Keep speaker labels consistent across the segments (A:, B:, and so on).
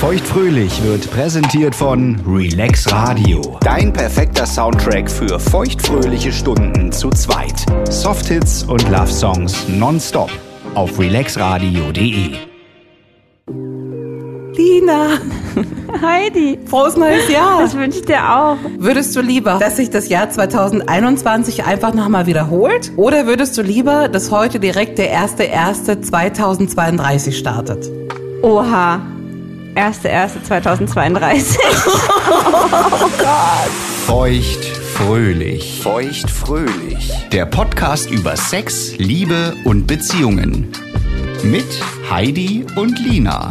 A: Feuchtfröhlich wird präsentiert von Relax Radio. Dein perfekter Soundtrack für feuchtfröhliche Stunden zu zweit. Softhits und Love Songs nonstop auf relaxradio.de.
B: Lina,
C: Heidi,
B: frohes neues Jahr.
C: das wünsche ich dir auch.
B: Würdest du lieber, dass sich das Jahr 2021 einfach nochmal wiederholt? Oder würdest du lieber, dass heute direkt der 1.1.2032 startet?
C: Oha. 1.1.2032.
A: Feuchtfröhlich. Feuchtfröhlich. Der Podcast über Sex, Liebe und Beziehungen. Mit Heidi und Lina.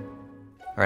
D: All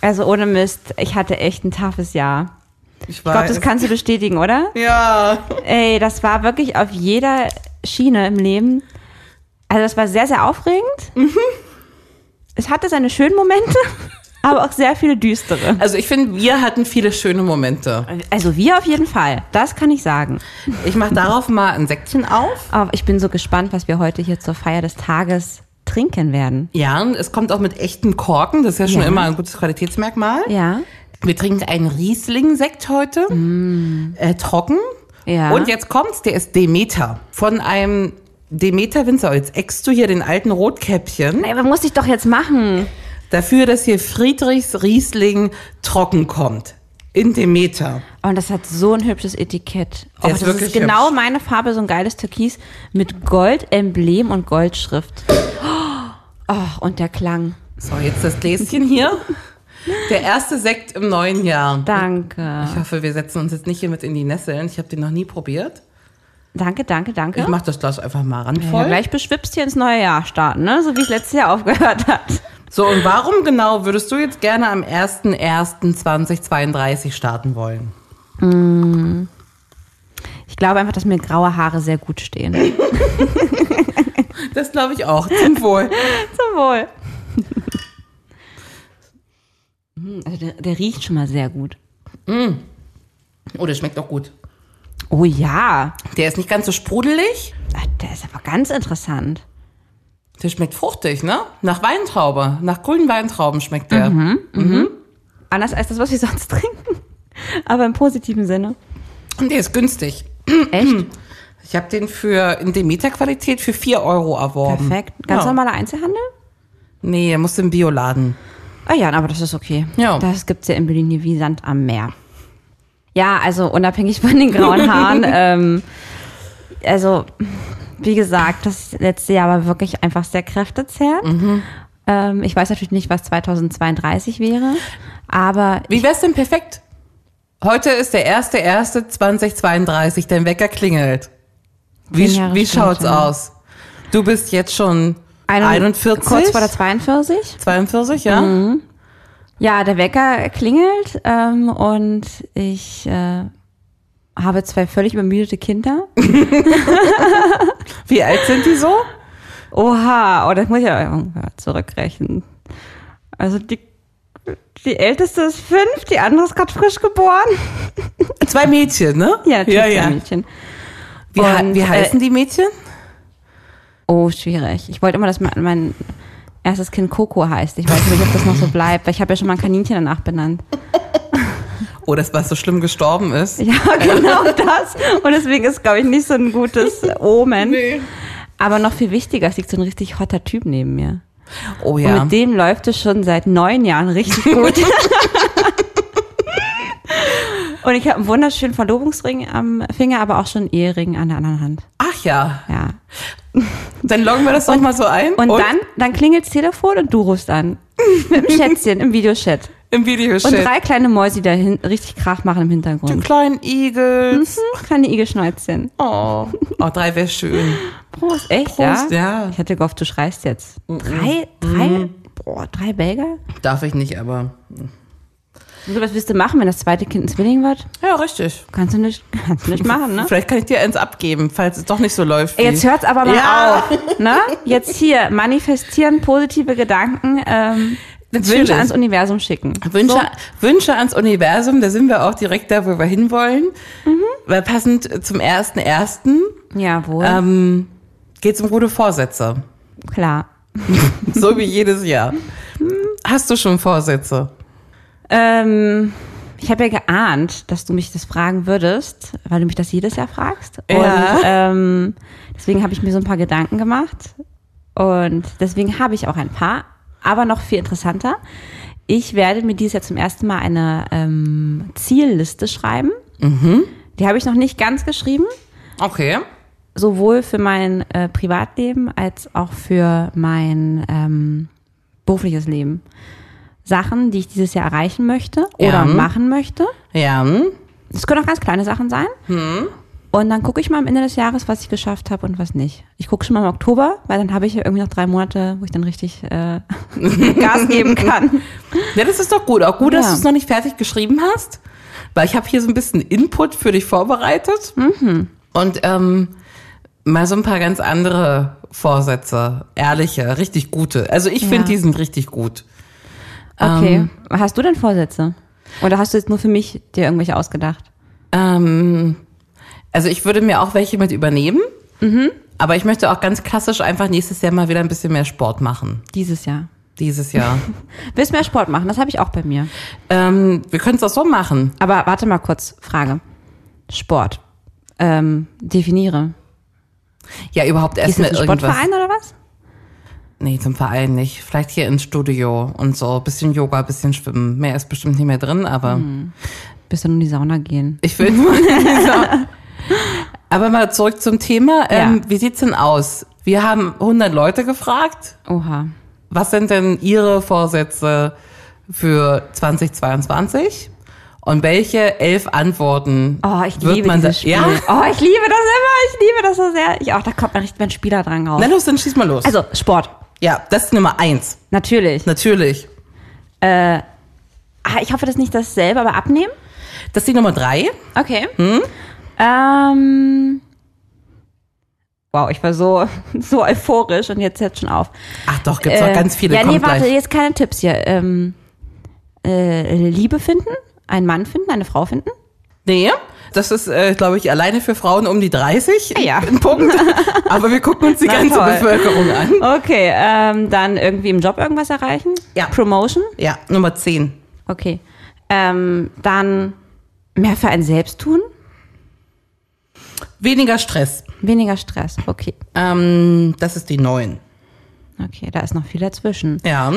C: also ohne Mist, ich hatte echt ein toughes Jahr.
B: Ich
C: Ich glaube, das kannst du bestätigen, oder?
B: Ja.
C: Ey, das war wirklich auf jeder Schiene im Leben. Also das war sehr, sehr aufregend. Es hatte seine schönen Momente, aber auch sehr viele düstere.
B: Also ich finde, wir hatten viele schöne Momente.
C: Also wir auf jeden Fall, das kann ich sagen.
B: Ich mache darauf mal ein Säckchen auf.
C: Aber ich bin so gespannt, was wir heute hier zur Feier des Tages trinken werden.
B: Ja, und es kommt auch mit echten Korken. Das ist ja schon
C: Ja.
B: immer ein gutes Qualitätsmerkmal.
C: Ja.
B: Wir trinken einen Riesling-Sekt heute. Äh, trocken.
C: Mm. Ja.
B: Und jetzt kommt's, der ist Demeter. Von einem Demeter-Winzer. Jetzt eckst du hier den alten Rotkäppchen.
C: Ey, was muss ich doch jetzt machen?
B: Dafür, dass hier Friedrichs Riesling trocken kommt. In Demeter.
C: Oh, Und das hat so ein hübsches Etikett. Oh,
B: ist
C: das
B: wirklich
C: ist genau
B: hübsch.
C: meine Farbe, so ein geiles Türkis mit Goldemblem und Goldschrift. Oh, und der Klang.
B: So, jetzt das Gläschen hier. Der erste Sekt im neuen Jahr.
C: Danke.
B: Ich hoffe, wir setzen uns jetzt nicht hier mit in die Nesseln. Ich habe den noch nie probiert.
C: Danke, danke, danke.
B: Ich mache das Glas einfach mal
C: ja,
B: randvoll.
C: gleich beschwipst hier ins neue Jahr starten, ne? So wie es letztes Jahr aufgehört hat.
B: so, und warum genau würdest du jetzt gerne am 01.01.2032 starten wollen?
C: Ich glaube einfach, dass mir graue Haare sehr gut stehen. Zum
B: Das glaube ich auch. Zum Wohl.
C: Wohl. Hm, Also der, der riecht schon mal sehr gut.
B: Oh, der schmeckt auch gut.
C: Oh ja.
B: Der ist nicht ganz so sprudelig.
C: Ah, Der ist aber ganz interessant.
B: Der schmeckt fruchtig, ne? Nach Weintraube. Nach grünen Weintrauben schmeckt der.
C: Anders als das, was wir sonst trinken. Aber im positiven Sinne.
B: Und der ist günstig.
C: Echt?
B: Ich habe den für in Demeter-Qualität für 4 Euro erworben.
C: Perfekt. Ganz
B: Hm. ja.
C: normaler Einzelhandel?
B: Nee, der muss im Bioladen.
C: Ah ja, aber das ist okay.
B: Ja.
C: Das gibt's ja in Berlin hier wie Sand am Meer. Ja, also unabhängig von den grauen Haaren. ähm, also, wie gesagt, das letzte Jahr war wirklich einfach sehr kräftezehrend.
B: Mhm.
C: Ähm, ich weiß natürlich nicht, was 2032 wäre, aber
B: Wie wär's denn perfekt? Heute ist der 1.1.2032, dein Wecker klingelt. Wie,
C: Zehn Jahre
B: wie schaut's
C: später.
B: aus? Du bist jetzt schon
C: ein-
B: 41?
C: kurz vor der 42.
B: 42, ja?
C: Ja, der Wecker klingelt ähm, und ich äh, habe zwei völlig übermüdete Kinder.
B: Wie alt sind die so?
C: Oha, oh, das muss ich ja zurückrechnen. Also die, die älteste ist fünf, die andere ist gerade frisch geboren.
B: Zwei Mädchen, ne?
C: Ja, natürlich ein Mädchen.
B: Wie,
C: Und,
B: he- wie
C: äh,
B: heißen die Mädchen?
C: Oh, schwierig. Ich wollte immer, dass mein, mein erstes Kind Coco heißt. Ich weiß nicht, ob das noch so bleibt, weil ich habe ja schon mal ein Kaninchen danach benannt.
B: Oh, das was so schlimm gestorben ist.
C: Ja, genau das. Und deswegen ist, glaube ich, nicht so ein gutes Omen. Aber noch viel wichtiger, es liegt so ein richtig hotter Typ neben mir.
B: Oh
C: Und
B: ja.
C: mit dem läuft es schon seit neun Jahren richtig gut. Und ich habe einen wunderschönen Verlobungsring am Finger, aber auch schon einen Ehering an der anderen Hand.
B: Ach ja.
C: Ja.
B: Dann loggen wir das doch mal so ein.
C: Und, dann, dann klingelt's Telefon und du rufst an. Mit dem Schätzchen im Videochat.
B: im
C: Und
B: Videochat.
C: drei kleine Mäuse, die da hin, richtig Krach machen im
B: Die
C: Hintergrund.
B: kleinen Igel.
C: Mhm. Kleine Igelschnäuzchen.
B: Oh. oh, drei wäre schön.
C: Prost, echt,
B: Prost,
C: ja?
B: ja.
C: Ich hätte gehofft, du schreist jetzt. Drei, drei, boah, drei Belger?
B: Darf ich nicht, aber.
C: So, was wirst du machen, wenn das zweite Kind ein Zwilling wird?
B: Ja, richtig.
C: Kannst du nicht, kannst du nicht machen, ne?
B: Vielleicht kann ich dir eins abgeben, falls es doch nicht so läuft. wie-
C: Jetzt hört's aber mal
B: Ja.
C: auf, ne? Jetzt hier manifestieren, positive Gedanken, ähm,
B: Natürlich.
C: Wünsche ans Universum schicken.
B: Wünsche, Wünsche ans Universum, da sind wir auch direkt da, wo wir hinwollen.
C: Mhm.
B: Weil passend zum 1.1.
C: So, jawohl,
B: Ähm, geht es um gute Vorsätze.
C: klar.
B: So wie jedes Jahr. Hast du schon Vorsätze?
C: Ähm, ich habe ja geahnt, dass du mich das fragen würdest, weil du mich das jedes Jahr fragst.
B: Ja.
C: Und ähm, deswegen habe ich mir so ein paar Gedanken gemacht. Und deswegen habe ich auch ein paar, aber noch viel interessanter. Ich werde mir dieses Jahr zum ersten Mal eine ähm, Zielliste schreiben. Die habe ich noch nicht ganz geschrieben,
B: Okay.
C: sowohl für mein äh, Privatleben als auch für mein ähm, berufliches Leben. Sachen, die ich dieses Jahr erreichen möchte
B: Ja.
C: oder machen möchte.
B: Ja. hm?
C: Es können auch ganz kleine Sachen sein. Und dann gucke ich mal am Ende des Jahres, was ich geschafft habe und was nicht. Ich gucke schon mal im Oktober, weil dann habe ich ja irgendwie noch drei Monate, wo ich dann richtig äh, Gas geben kann.
B: Ja, das ist doch gut. Auch gut, dass
C: Ja.
B: du es noch nicht fertig geschrieben hast. Weil ich habe hier so ein bisschen Input für dich vorbereitet. Und ähm, mal so ein paar ganz andere Vorsätze. Ehrliche, richtig gute. Also ich
C: Ja.
B: finde, die sind richtig gut. Ähm.
C: Okay. Hast du denn Vorsätze? Oder hast du jetzt nur für mich dir irgendwelche ausgedacht?
B: Ähm, also ich würde mir auch welche mit übernehmen. Aber ich möchte auch ganz klassisch einfach nächstes Jahr mal wieder ein bisschen mehr Sport machen.
C: Dieses Jahr.
B: Dieses Jahr.
C: Willst mehr Sport machen? Das habe ich auch bei mir.
B: ähm, wir können es auch so machen.
C: Aber warte mal kurz. Frage. Sport. Ähm, definiere.
B: Ja, überhaupt
C: Ist
B: erstmal
C: das ein
B: irgendwas.
C: Sportverein oder was?
B: Nee, zum Verein nicht. Vielleicht hier ins Studio und so. Bisschen Yoga, bisschen Schwimmen. Mehr ist bestimmt nicht mehr drin, aber
C: Hm. Bist du nur in die Sauna gehen?
B: ich will nur. aber mal zurück zum Thema. Ähm,
C: Ja.
B: Wie sieht's denn aus? Wir haben 100 Leute gefragt.
C: Oha.
B: Was sind denn Ihre Vorsätze für 2022? Und welche elf Antworten
C: Oh, ich
B: wird
C: liebe
B: man
C: dieses Spiel.
B: Ja?
C: Oh, ich liebe das immer. Ich liebe das so sehr. Ich auch, da kommt man richtig mein Spieler dran raus.
B: Na los, dann schieß mal los.
C: Also, Sport.
B: ja, das ist Nummer eins.
C: Natürlich.
B: Natürlich.
C: Ah, Ich hoffe, das ist nicht dasselbe, aber abnehmen.
B: Das ist die Nummer drei.
C: Okay. Ähm, wow, ich war so, so euphorisch und jetzt hört schon auf.
B: Ach doch, gibt's noch
C: Äh,
B: ganz viele.
C: Ja, nee,
B: Kommt
C: warte,
B: gleich.
C: jetzt keine Tipps hier. Ähm, äh, Liebe finden, einen Mann finden, eine Frau finden.
B: Nee, das ist, äh, glaube ich, alleine für Frauen um die 30.
C: Ah ja.
B: Ein Punkt. Aber wir gucken uns die
C: Na
B: ganze
C: toll.
B: Bevölkerung an.
C: Okay, ähm, dann irgendwie im Job irgendwas erreichen.
B: Ja.
C: Promotion.
B: Ja, Nummer zehn.
C: Okay. Ähm, dann mehr für ein Selbst tun,
B: Weniger Stress.
C: weniger Stress. Okay.
B: Ähm, das ist die neun.
C: Okay, da ist noch viel dazwischen.
B: Ja,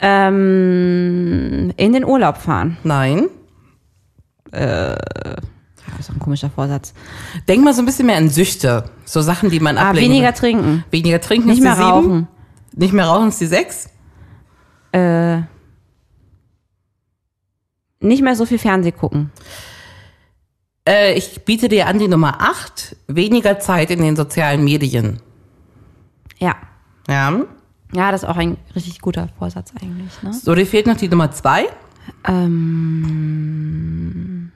C: Ähm, in den Urlaub fahren.
B: nein.
C: Ja, Das ist auch ein komischer Vorsatz.
B: Denk mal so ein bisschen mehr an Süchte. So Sachen, die man
C: Ah,
B: ablenken
C: weniger
B: will.
C: trinken.
B: weniger trinken
C: Nicht
B: ist
C: mehr
B: die sieben.
C: rauchen.
B: Nicht mehr rauchen ist die sechs.
C: Nicht mehr so viel Fernseh gucken.
B: Äh, ich biete dir an die Nummer acht. Weniger Zeit in den sozialen Medien.
C: Ja.
B: Ja.
C: Ja, das ist auch ein richtig guter Vorsatz eigentlich. Ne?
B: So, dir fehlt noch die Nummer zwei.
C: Ähm,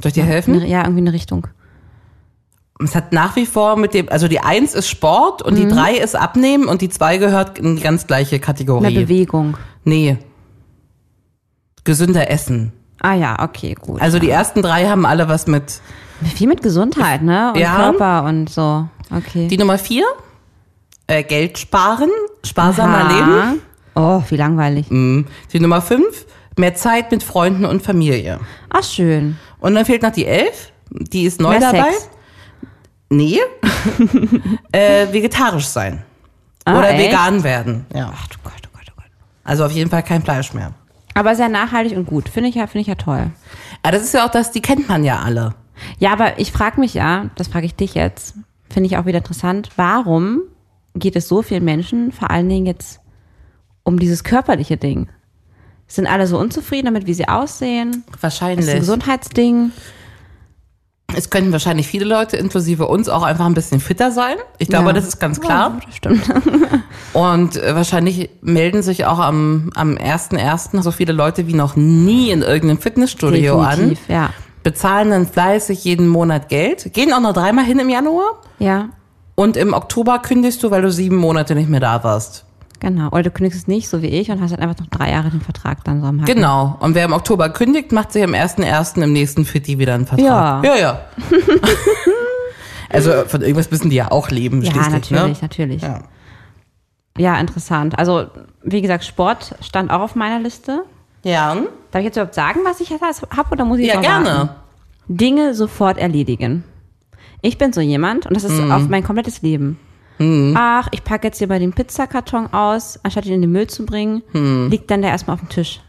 B: Soll ich dir helfen?
C: Ja, irgendwie eine Richtung.
B: Es hat nach wie vor mit dem, also die Eins ist Sport und
C: Mhm.
B: die drei ist Abnehmen und die zwei gehört in die ganz gleiche
C: Eine
B: Kategorie.
C: Bewegung.
B: nee. Gesünder Essen.
C: Ah ja, okay, gut.
B: Also die ersten drei haben alle was mit.
C: Viel mit Gesundheit, ne? Und
B: Ja.
C: Körper und so. Okay.
B: Die Nummer vier, äh, Geld sparen, sparsamer
C: Ah.
B: Leben.
C: Oh, wie langweilig.
B: Mhm. Die Nummer fünf, mehr Zeit mit Freunden und Familie.
C: Ach, schön.
B: Und dann fehlt noch die elf, die ist neu
C: Mehr
B: dabei.
C: Sex.
B: Nee. äh, vegetarisch sein.
C: Ah,
B: Oder
C: echt?
B: vegan werden. Ja. Ach du Gott, oh Gott, oh Gott. Also auf jeden Fall kein Fleisch mehr.
C: Aber sehr nachhaltig und gut. Finde ich ja, finde ich ja toll.
B: Aber Ah, das ist ja auch das, die kennt man ja alle.
C: Ja, aber ich frage mich ja, das frage ich dich jetzt, finde ich auch wieder interessant, warum geht es so vielen Menschen, vor allen Dingen jetzt um dieses körperliche Ding? Sind alle so unzufrieden damit, wie sie aussehen?
B: Wahrscheinlich.
C: Ist ein Gesundheitsding?
B: Es könnten wahrscheinlich viele Leute, inklusive uns, auch einfach ein bisschen fitter sein. Ich glaube,
C: Ja.
B: das ist ganz klar.
C: Ja, das stimmt.
B: Und äh, wahrscheinlich melden sich auch am, am 1.1. so viele Leute wie noch nie in irgendeinem Fitnessstudio
C: Definitiv,
B: an.
C: ja.
B: Bezahlen dann fleißig jeden Monat Geld. Gehen auch noch dreimal hin im Januar.
C: Ja,
B: Und im Oktober kündigst du, weil du sieben Monate nicht mehr da warst.
C: genau. Oder du kündigst es nicht, so wie ich, und hast halt einfach noch drei Jahre den Vertrag dann so am Haken.
B: Genau. Und wer im Oktober kündigt, macht sich am 1.1. im nächsten Fitti wieder einen Vertrag.
C: Ja.
B: Ja, ja. also von irgendwas müssen die ja auch leben,
C: Ja,
B: schließlich.
C: natürlich,
B: Ne?
C: natürlich.
B: Ja.
C: Ja, interessant. Also, wie gesagt, Sport stand auch auf meiner Liste.
B: Ja,
C: Darf ich jetzt überhaupt sagen, was ich habe oder muss ich
B: ja
C: noch warten?
B: gerne.
C: Dinge sofort erledigen. Ich bin so jemand und das
B: Mhm.
C: ist auf mein komplettes Leben. Ach, ich packe jetzt hier bei dem Pizzakarton aus, anstatt ihn in den Müll zu bringen,
B: Mhm.
C: liegt dann der erstmal auf dem Tisch.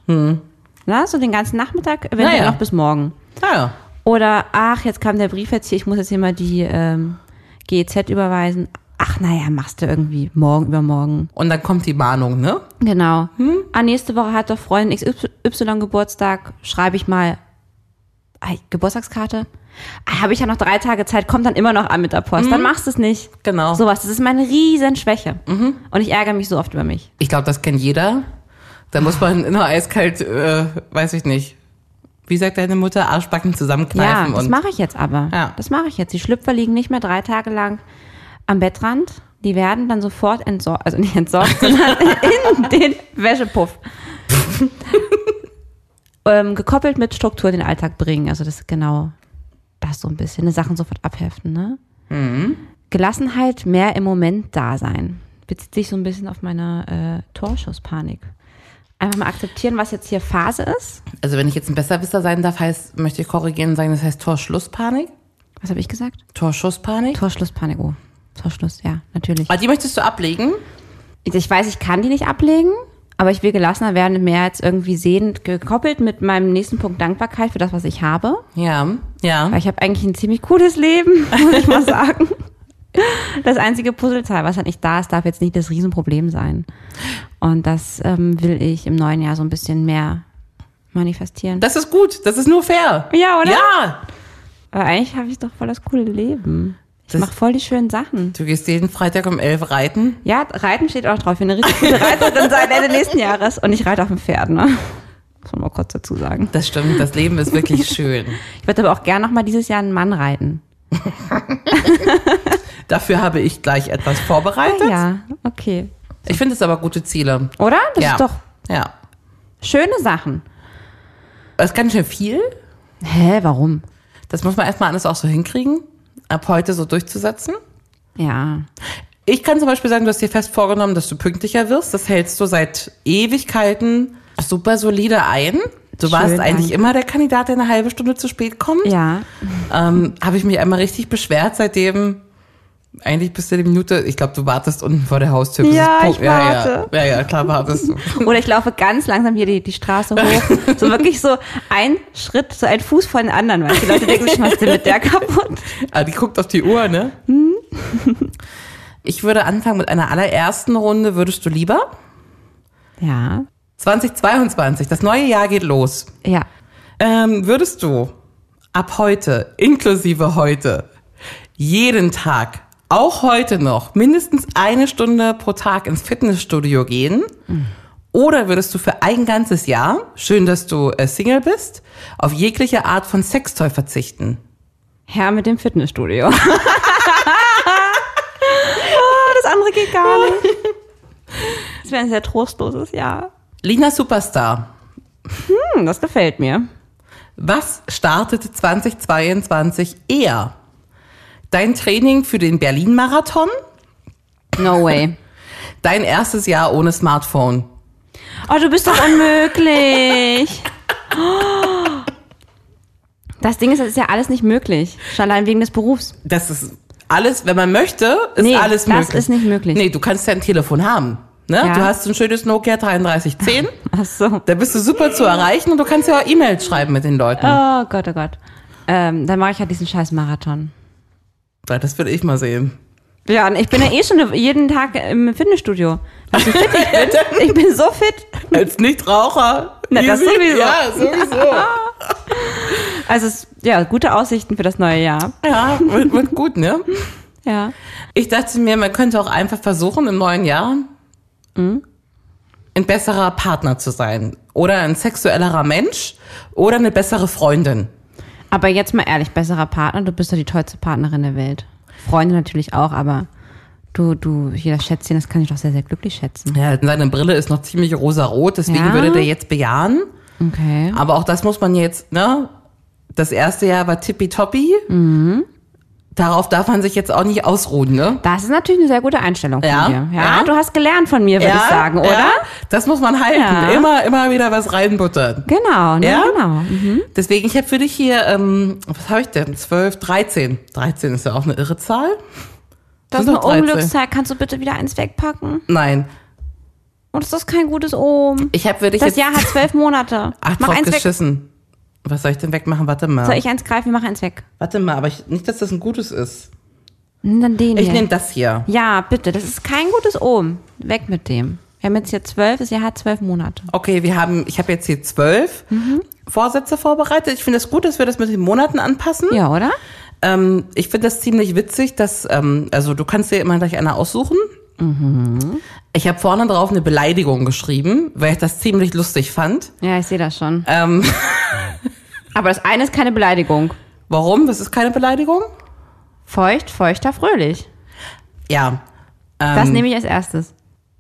C: Na, so den ganzen Nachmittag, wenn
B: Naja.
C: noch bis morgen.
B: Ja, ja.
C: Oder ach, jetzt kam der Brief jetzt hier, ich muss jetzt hier mal die ähm, GEZ überweisen. Ach, naja, machst du irgendwie morgen übermorgen.
B: Und dann kommt die Mahnung, ne?
C: Genau. Ah, nächste Woche hat doch Freundin XY Geburtstag. Schreibe ich mal Ei, Geburtstagskarte. Ah, Habe ich ja noch drei Tage Zeit, kommt dann immer noch an mit der Post. Dann machst du es nicht.
B: Genau.
C: Sowas, das ist meine Riesenschwäche. Und ich ärgere mich so oft über mich.
B: Ich glaube, das kennt jeder. Da muss man immer eiskalt, äh, weiß ich nicht. Wie sagt deine Mutter, Arschbacken
C: Ja,
B: zusammenkneifen
C: das
B: und.
C: mache ich jetzt aber.
B: Ja.
C: Das mache ich jetzt. Die Schlüpfer liegen nicht mehr drei Tage lang am Bettrand. Die werden dann sofort entsorgt, also nicht entsorgt, sondern in den Wäschepuff. ähm, gekoppelt mit Struktur den Alltag bringen. Also das ist genau das so ein bisschen. Die Sachen sofort abheften, ne?
B: Mhm.
C: Gelassenheit mehr im Moment da sein. Bezieht sich so ein bisschen auf meine äh, Torschusspanik. Einfach mal akzeptieren, was jetzt hier Phase ist.
B: Also, wenn ich jetzt ein Besserwisser sein darf, heißt, möchte ich korrigieren und sagen, das heißt Torschlusspanik.
C: Was habe ich gesagt?
B: Torschusspanik.
C: Torschlusspanik, oh. Torschluss, ja, natürlich.
B: Ah, die möchtest du ablegen?
C: Also Ich weiß, ich kann die nicht ablegen, aber ich will gelassener werden, und mehr jetzt irgendwie sehen, gekoppelt mit meinem nächsten Punkt Dankbarkeit für das, was ich habe.
B: Ja, ja.
C: Weil ich habe eigentlich ein ziemlich cooles Leben, muss ich mal sagen. Das einzige Puzzleteil, was halt nicht da ist, darf jetzt nicht das Riesenproblem sein. Und das ähm, will ich im neuen Jahr so ein bisschen mehr manifestieren.
B: Das ist gut. Das ist nur fair.
C: Ja, oder?
B: Ja.
C: Aber eigentlich habe ich doch voll das coole Leben. Ich
B: Das-
C: mache voll die schönen Sachen.
B: Du gehst jeden Freitag um elf reiten.
C: Ja, Reiten steht auch drauf. Ich bin eine richtig gute Reiterin seit Ende nächsten Jahres und ich reite auf dem Pferd, ne? Muss man mal kurz dazu sagen.
B: Das stimmt. Das Leben ist wirklich schön.
C: Ich würde aber auch gern noch mal dieses Jahr einen Mann reiten.
B: Dafür habe ich gleich etwas vorbereitet.
C: Ah, ja, okay.
B: Ich finde es aber gute Ziele.
C: Oder? Das
B: ja.
C: ist doch
B: Ja.
C: schöne Sachen.
B: Das ist ganz schön viel.
C: Hä, warum?
B: Das muss man erstmal alles auch so hinkriegen, ab heute so durchzusetzen.
C: Ja.
B: Ich kann zum Beispiel sagen, du hast dir fest vorgenommen, dass du pünktlicher wirst. Das hältst du seit Ewigkeiten super solide ein. Du
C: Schön,
B: warst eigentlich
C: danke.
B: immer der Kandidat, der eine halbe Stunde zu spät kommt.
C: Ja.
B: Ähm, Habe ich mich einmal richtig beschwert, seitdem eigentlich bis zu der Minute, ich glaube, du wartest unten vor der Haustür. bis
C: Ja,
B: es
C: ich
B: Punkt- ja,
C: warte.
B: ja. ja, ja, klar wartest du.
C: Oder ich laufe ganz langsam hier die, die Straße hoch. So wirklich so ein Schritt, so ein Fuß vor den anderen. Weil die Leute denken sich, was ist denn mit der kaputt?
B: Ah, die guckt auf die Uhr, ne?
C: Hm?
B: Ich würde anfangen mit einer allerersten Runde, würdest du lieber?
C: Ja.
B: 2022, das neue Jahr geht los.
C: Ja.
B: Ähm, würdest du ab heute, inklusive heute, jeden Tag, auch heute noch, mindestens eine Stunde pro Tag ins Fitnessstudio gehen Oder würdest du für ein ganzes Jahr, schön, dass du äh, Single bist, auf jegliche Art von Sextoy verzichten?
C: Herr mit dem Fitnessstudio. oh, das andere geht gar nicht. Das wäre ein sehr trostloses Jahr.
B: Lina Superstar,
C: Hm, das gefällt mir.
B: was startete 2022 eher? Dein Training für den Berlin-Marathon?
C: No way.
B: Dein erstes Jahr ohne Smartphone?
C: Oh, du bist doch unmöglich. Das Ding ist, das ist ja alles nicht möglich. Schon allein wegen des Berufs.
B: Das ist alles, wenn man möchte, ist
C: Nee,
B: alles
C: das
B: möglich.
C: ist nicht möglich.
B: Nee, du kannst ja ein Telefon haben. Ne?
C: Ja.
B: Du hast ein schönes Nokia 3310.
C: Ach so.
B: Da bist du super zu erreichen und du kannst ja auch E-Mails schreiben mit den Leuten.
C: Oh Gott, oh Gott. Ähm, dann mache ich halt diesen scheiß Marathon.
B: Ja, Das würde ich mal sehen.
C: Ja, und ich bin ja eh schon jeden Tag im Fitnessstudio. Weißt du, wie fit ich bin? Ich bin so fit.
B: Als Nichtraucher.
C: Na, das
B: Easy.
C: sowieso.
B: Ja, sowieso.
C: Also, es, ja, gute Aussichten für das neue Jahr.
B: ja, wird, wird gut, ne?
C: Ja.
B: Ich dachte mir, man könnte auch einfach versuchen, im neuen Jahr
C: Mhm.
B: ein besserer Partner zu sein. Oder ein sexuellerer Mensch oder eine bessere Freundin.
C: Aber jetzt mal ehrlich, besserer Partner, du bist doch die tollste Partnerin der Welt. Freunde natürlich auch, aber du, du, jeder Schätzchen, das kann ich doch sehr, sehr glücklich schätzen.
B: Ja, seine Brille ist noch ziemlich rosarot, deswegen
C: Ja?
B: würde der jetzt bejahen.
C: Okay.
B: Aber auch das muss man jetzt, ne? Das erste Jahr war tippitoppi.
C: Mhm.
B: Darauf darf man sich jetzt auch nicht ausruhen, ne?
C: Das ist natürlich eine sehr gute Einstellung von
B: Ja,
C: dir. Ja,
B: ja.
C: du hast gelernt von mir, würde ich sagen, oder?
B: Ja, das muss man halten.
C: Ja.
B: Immer, immer wieder was reinbuttern.
C: Genau, ne,
B: Ja?
C: genau. Mhm.
B: Deswegen, ich habe für dich hier, ähm, was habe ich denn? 12, 13. 13 ist ja auch eine irre Zahl.
C: Das ist
B: Sind
C: eine
B: doch 13.
C: Unglückszahl. Kannst du bitte wieder eins wegpacken?
B: Nein.
C: Und ist das kein gutes Ohm?
B: Ich habe für dich
C: Das
B: jetzt
C: Jahr hat zwölf Monate.
B: acht
C: Mach
B: drauf
C: eins weg.
B: geschissen. Was soll ich denn wegmachen? Warte mal.
C: Soll ich eins greifen? Wir machen eins weg.
B: Warte mal, aber ich, nicht, dass das ein gutes ist. Hm,
C: Nimm Dann den
B: Ich
C: hier.
B: nehme das hier.
C: Ja, bitte. Das ist kein gutes Ohm. Weg mit dem. Wir haben jetzt hier zwölf. Das Jahr hat zwölf Monate.
B: Okay, wir haben, ich habe jetzt hier zwölf Vorsätze vorbereitet. Ich finde es das gut, dass wir das mit den Monaten anpassen.
C: Ja, oder?
B: Ähm, ich finde das ziemlich witzig, dass, ähm, also du kannst dir immer gleich eine aussuchen.
C: Mhm.
B: Ich habe vorne drauf eine Beleidigung geschrieben, weil ich das ziemlich lustig fand.
C: Ja, ich sehe das schon.
B: Ähm,
C: Aber das eine ist keine Beleidigung.
B: warum? Das ist keine Beleidigung.
C: Feucht, feuchter, fröhlich.
B: Ja. Ähm,
C: Das nehme ich als erstes.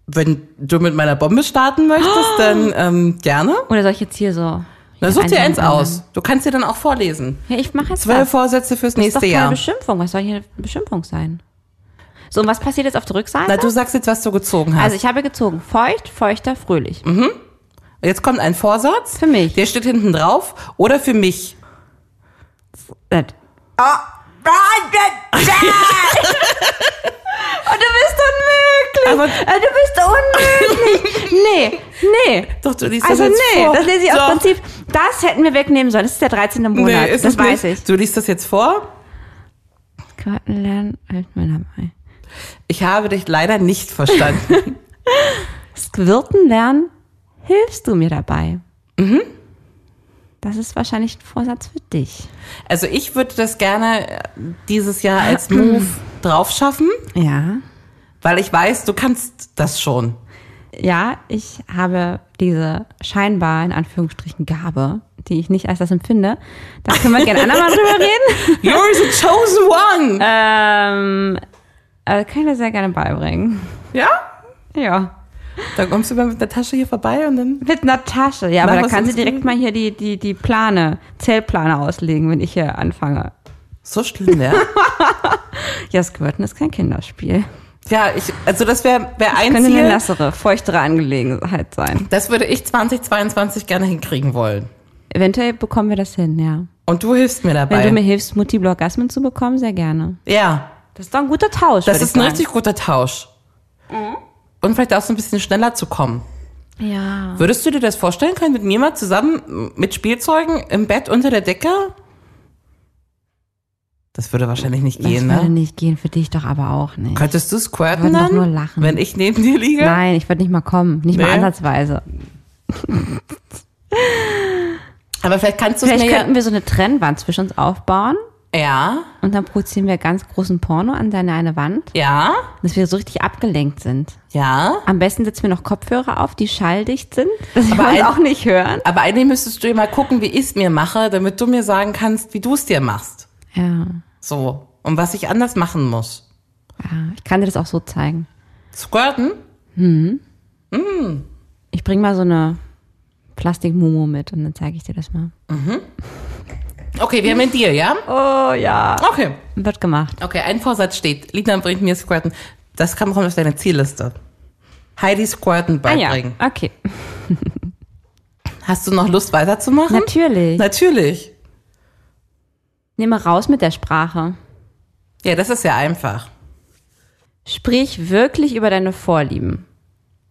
B: Wenn du mit meiner Bombe starten möchtest, dann ähm, gerne.
C: Oder soll ich jetzt hier so?
B: Dann such dir eins
C: Eins-
B: aus. Du kannst dir dann auch vorlesen.
C: Ja, ich mache jetzt
B: Zwölf
C: das.
B: Vorsätze fürs
C: Das ist
B: nächste
C: doch keine
B: Jahr.
C: Beschimpfung. Was soll hier eine Beschimpfung sein? So, und was passiert jetzt auf der Rückseite?
B: Na, du sagst jetzt, was du gezogen hast.
C: also ich habe gezogen. Feucht, feuchter, fröhlich.
B: Jetzt kommt ein Vorsatz.
C: Für mich.
B: Der steht hinten drauf. Oder für mich.
C: Das- Oh, du bist
B: Aber-
C: unmöglich. Äh, du bist unmöglich. Nee, nee.
B: Doch, du liest
C: also
B: das jetzt
C: nee,
B: vor.
C: das lese ich
B: Doch.
C: aus Prinzip. Das hätten wir wegnehmen sollen. Das ist der 13. Monat.
B: ist
C: das
B: es
C: weiß
B: nicht.
C: ich.
B: Du liest das jetzt vor.
C: Karten lernen, halt mein Name.
B: Ich habe dich leider nicht verstanden.
C: Squirten lernen, hilfst du mir dabei. Mhm. Das ist wahrscheinlich ein Vorsatz für dich.
B: also ich würde das gerne äh, dieses Jahr als Move drauf schaffen,
C: Ja.
B: weil ich weiß, du kannst das schon.
C: Ja, ich habe diese scheinbar in Anführungsstrichen Gabe, die ich nicht als das empfinde. Da können wir gerne andermal drüber reden.
B: You're the chosen one.
C: Ähm, äh, kann ich mir sehr gerne beibringen.
B: Ja?
C: Ja.
B: Dann kommst du mal mit der Tasche hier vorbei und dann.
C: Mit einer Tasche. Ja,
B: Mach
C: aber da
B: was
C: kann sie
B: sonst
C: direkt
B: mit.
C: mal hier die, die, die Plane, Zellplane auslegen, wenn ich hier anfange.
B: So schlimm, ja?
C: Ja, Squirten ist kein Kinderspiel.
B: ja, ich, also das wäre wär ein
C: Könnte eine
B: Ziel.
C: nassere, feuchtere Angelegenheit sein.
B: Das würde ich 2022 gerne hinkriegen wollen.
C: Eventuell bekommen wir das hin, ja.
B: Und du hilfst mir
C: Wenn
B: dabei.
C: du mir hilfst, Multiblorgasmen zu bekommen, sehr gerne.
B: ja.
C: Das ist doch ein guter Tausch.
B: Das
C: würd
B: ist
C: ich
B: ein
C: sagen.
B: richtig guter Tausch. Und vielleicht auch so ein bisschen schneller zu kommen.
C: Ja.
B: Würdest du dir das vorstellen können, mit mir mal zusammen äh, mit Spielzeugen im Bett unter der Decke? Das würde wahrscheinlich nicht
C: Das
B: gehen,
C: würde
B: ne?
C: nicht gehen, für dich doch aber auch nicht.
B: Könntest du squirten
C: Würden doch
B: dann,
C: nur lachen.
B: wenn ich neben dir liege?
C: Nein, ich würde nicht mal kommen. Nicht mal
B: Nee.
C: ansatzweise.
B: Aber vielleicht kannst du es
C: Vielleicht
B: mir ja,
C: könnten wir so eine Trennwand zwischen uns aufbauen.
B: Ja,
C: Und dann produzieren wir ganz großen Porno an deine eine Wand,
B: ja,
C: dass wir so richtig abgelenkt sind.
B: ja.
C: Am besten setzen wir noch Kopfhörer auf, die schalldicht sind, dass
B: Aber
C: wir uns
B: ein-
C: auch nicht hören.
B: Aber eigentlich müsstest du dir mal gucken, wie ich es mir mache, damit du mir sagen kannst, wie du es dir machst.
C: Ja.
B: So. Und was ich anders machen muss.
C: ja, ich kann dir das auch so zeigen.
B: Squirten?
C: Ich bring mal so eine Plastikmomo mit und dann zeige ich dir das mal.
B: Okay, wir haben einen Deal, ja?
C: Oh ja.
B: Okay.
C: Wird gemacht.
B: Okay, ein Vorsatz steht. Lina bringt mir Squirten. Das kann kommt auf deine Zielliste. Heidi Squirten
C: Ah ja,
B: beibringen.
C: okay.
B: Hast du noch Lust weiterzumachen?
C: Natürlich.
B: Natürlich.
C: Nehme raus mit der Sprache.
B: Ja, das ist ja einfach.
C: Sprich wirklich über deine Vorlieben.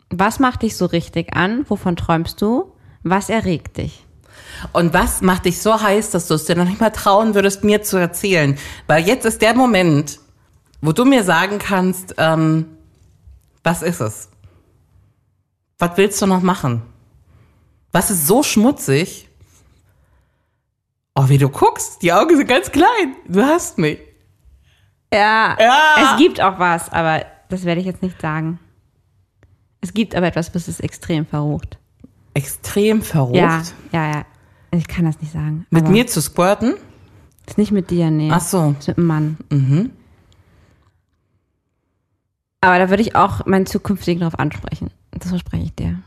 C: Was macht dich so richtig an? Wovon träumst du? Was erregt dich?
B: Und was macht dich so heiß, dass du es dir noch nicht mal trauen würdest, mir zu erzählen? Weil jetzt ist der Moment, wo du mir sagen kannst, ähm, was ist es? Was willst du noch machen? Was ist so schmutzig? Oh, wie du guckst, die Augen sind ganz klein. Du hast mich.
C: Ja,
B: Ah.
C: es gibt auch was, aber das werde ich jetzt nicht sagen. Es gibt aber etwas, was ist extrem verrucht.
B: Extrem verrucht.
C: Ja, ja, ja. Ich kann das nicht sagen.
B: Mit
C: aber
B: mir zu squirten?
C: Ist nicht mit dir, nee.
B: Ach Mhm. so.
C: Ist mit dem Mann. Aber da würde ich auch meinen zukünftigen drauf ansprechen. Das verspreche ich dir.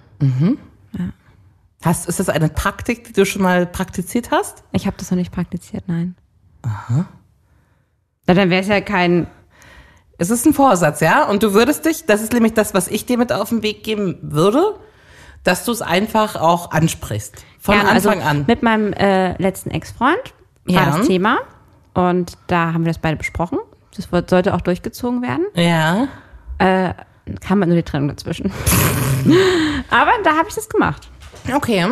B: Hast, ist das eine Taktik, die du schon mal praktiziert hast?
C: Ich habe das noch nicht praktiziert, nein. Aha. Na, dann wäre es ja kein.
B: Es ist ein Vorsatz, ja? Und du würdest dich, das ist nämlich das, was ich dir mit auf den Weg geben würde, dass du es einfach auch ansprichst. Von
C: Ja, also
B: Anfang an.
C: Mit meinem äh, letzten Ex-Freund war
B: Ja.
C: das Thema. Und da haben wir das beide besprochen. Das wird, sollte auch durchgezogen werden.
B: Ja.
C: Kam halt nur die Trennung dazwischen. aber da habe ich das gemacht.
B: Okay.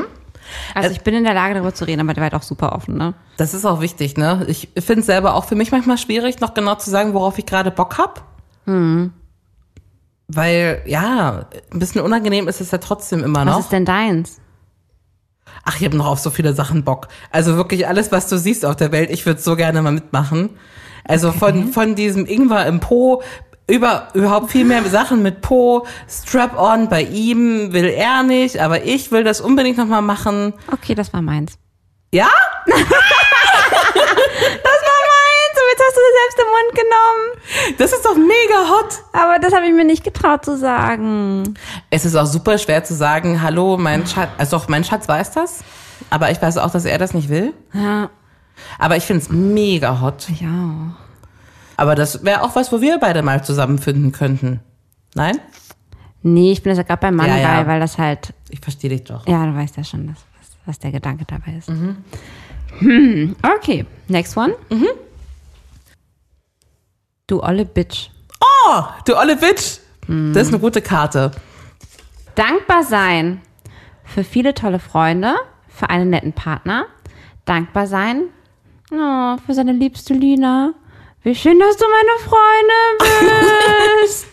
C: Also ich bin in der Lage, darüber zu reden, aber der war halt auch super offen, ne?
B: Das ist auch wichtig, ne? Ich finde es selber auch für mich manchmal schwierig, noch genau zu sagen, worauf ich gerade Bock hab.
C: Hm.
B: Weil, ja, ein bisschen unangenehm ist es ja trotzdem immer
C: Was
B: noch.
C: ist denn deins?
B: Ach, ich habe noch auf so viele Sachen Bock. Also wirklich alles, was du siehst auf der Welt, ich würde so gerne mal mitmachen. Also von, von diesem Ingwer im Po über überhaupt viel mehr Sachen mit Po, Strap-on bei ihm will er nicht, aber ich will das unbedingt nochmal machen.
C: Okay, das war meins.
B: Ja?
C: Meins, jetzt hast du dir selbst im Mund genommen.
B: Das ist doch mega hot.
C: Aber das habe ich mir nicht getraut zu sagen.
B: Es ist auch super schwer zu sagen, hallo, mein Schatz, also doch, mein Schatz weiß das, aber ich weiß auch, dass er das nicht will.
C: Ja,
B: Aber ich finde es mega hot.
C: ich auch.
B: Aber das wäre auch was, wo wir beide mal zusammenfinden könnten. Nein?
C: Nee, ich bin jetzt gerade beim Mann
B: Ja, ja.
C: bei, weil das halt,
B: Ich verstehe dich doch.
C: ja, du weißt ja schon, das, was, was der Gedanke dabei ist. Hm, okay, next one. Du olle Bitch.
B: Ah, Du olle Bitch. Das ist eine gute Karte.
C: Dankbar sein für viele tolle Freunde, für einen netten Partner. Dankbar sein oh, für seine liebste Lina. Wie schön, dass du meine Freundin bist.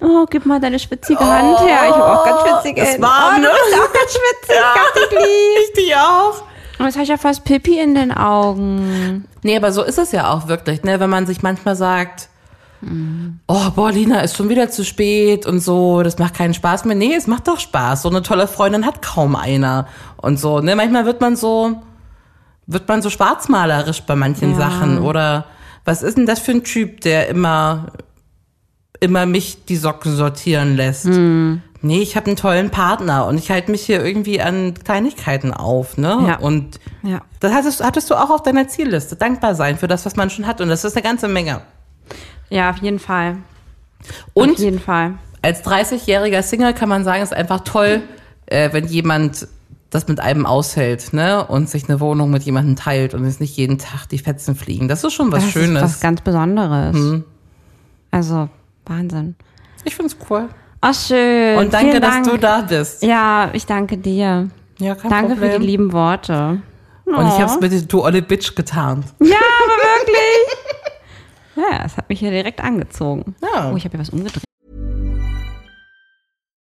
C: Oh, gib mal deine schwitzige Hand her. Ich habe auch ganz schwitzige
B: ist
C: Hände.
B: warm,
C: oh, du
B: ne?
C: bist auch ganz schwitzig. Ganz lieb.
B: Ich die auch.
C: Und Oh, jetzt habe ich ja fast Pippi in den Augen.
B: Nee, aber so ist es ja auch wirklich, ne? Wenn man sich manchmal sagt, oh, boah, Lina, ist schon wieder zu spät und so, das macht keinen Spaß mehr. Nee, es macht doch Spaß. So eine tolle Freundin hat kaum einer und so, ne? Manchmal wird man so, wird man so schwarzmalerisch bei manchen
C: Ja.
B: Sachen oder was ist denn das für ein Typ, der immer, immer mich die Socken sortieren lässt?
C: Hm.
B: Nee, ich habe einen tollen Partner und ich halte mich hier irgendwie an Kleinigkeiten auf, ne?
C: Ja.
B: Und
C: Ja.
B: das hattest, hattest du auch auf deiner Zielliste. Dankbar sein für das, was man schon hat. Und das ist eine ganze Menge.
C: Ja, auf jeden Fall. auf
B: Und
C: jeden Fall.
B: als 30-jähriger Single kann man sagen, ist einfach toll, äh, wenn jemand das mit einem aushält, ne? Und sich eine Wohnung mit jemandem teilt und es nicht jeden Tag die Fetzen fliegen. Das ist schon was
C: das
B: Schönes. Hm.
C: ist was ganz Besonderes. Also, Wahnsinn.
B: ich find's cool.
C: Oh, schön.
B: Und danke,
C: Vielen Dank.
B: dass du da bist.
C: Ja, ich danke dir.
B: Ja, kein
C: danke
B: Problem.
C: für die Oh. lieben Worte.
B: Und ich hab's mit der Du olle Bitch getan.
C: Ja, aber wirklich. ja, es hat mich hier direkt angezogen.
B: Ja.
C: Oh, ich habe hier was umgedreht.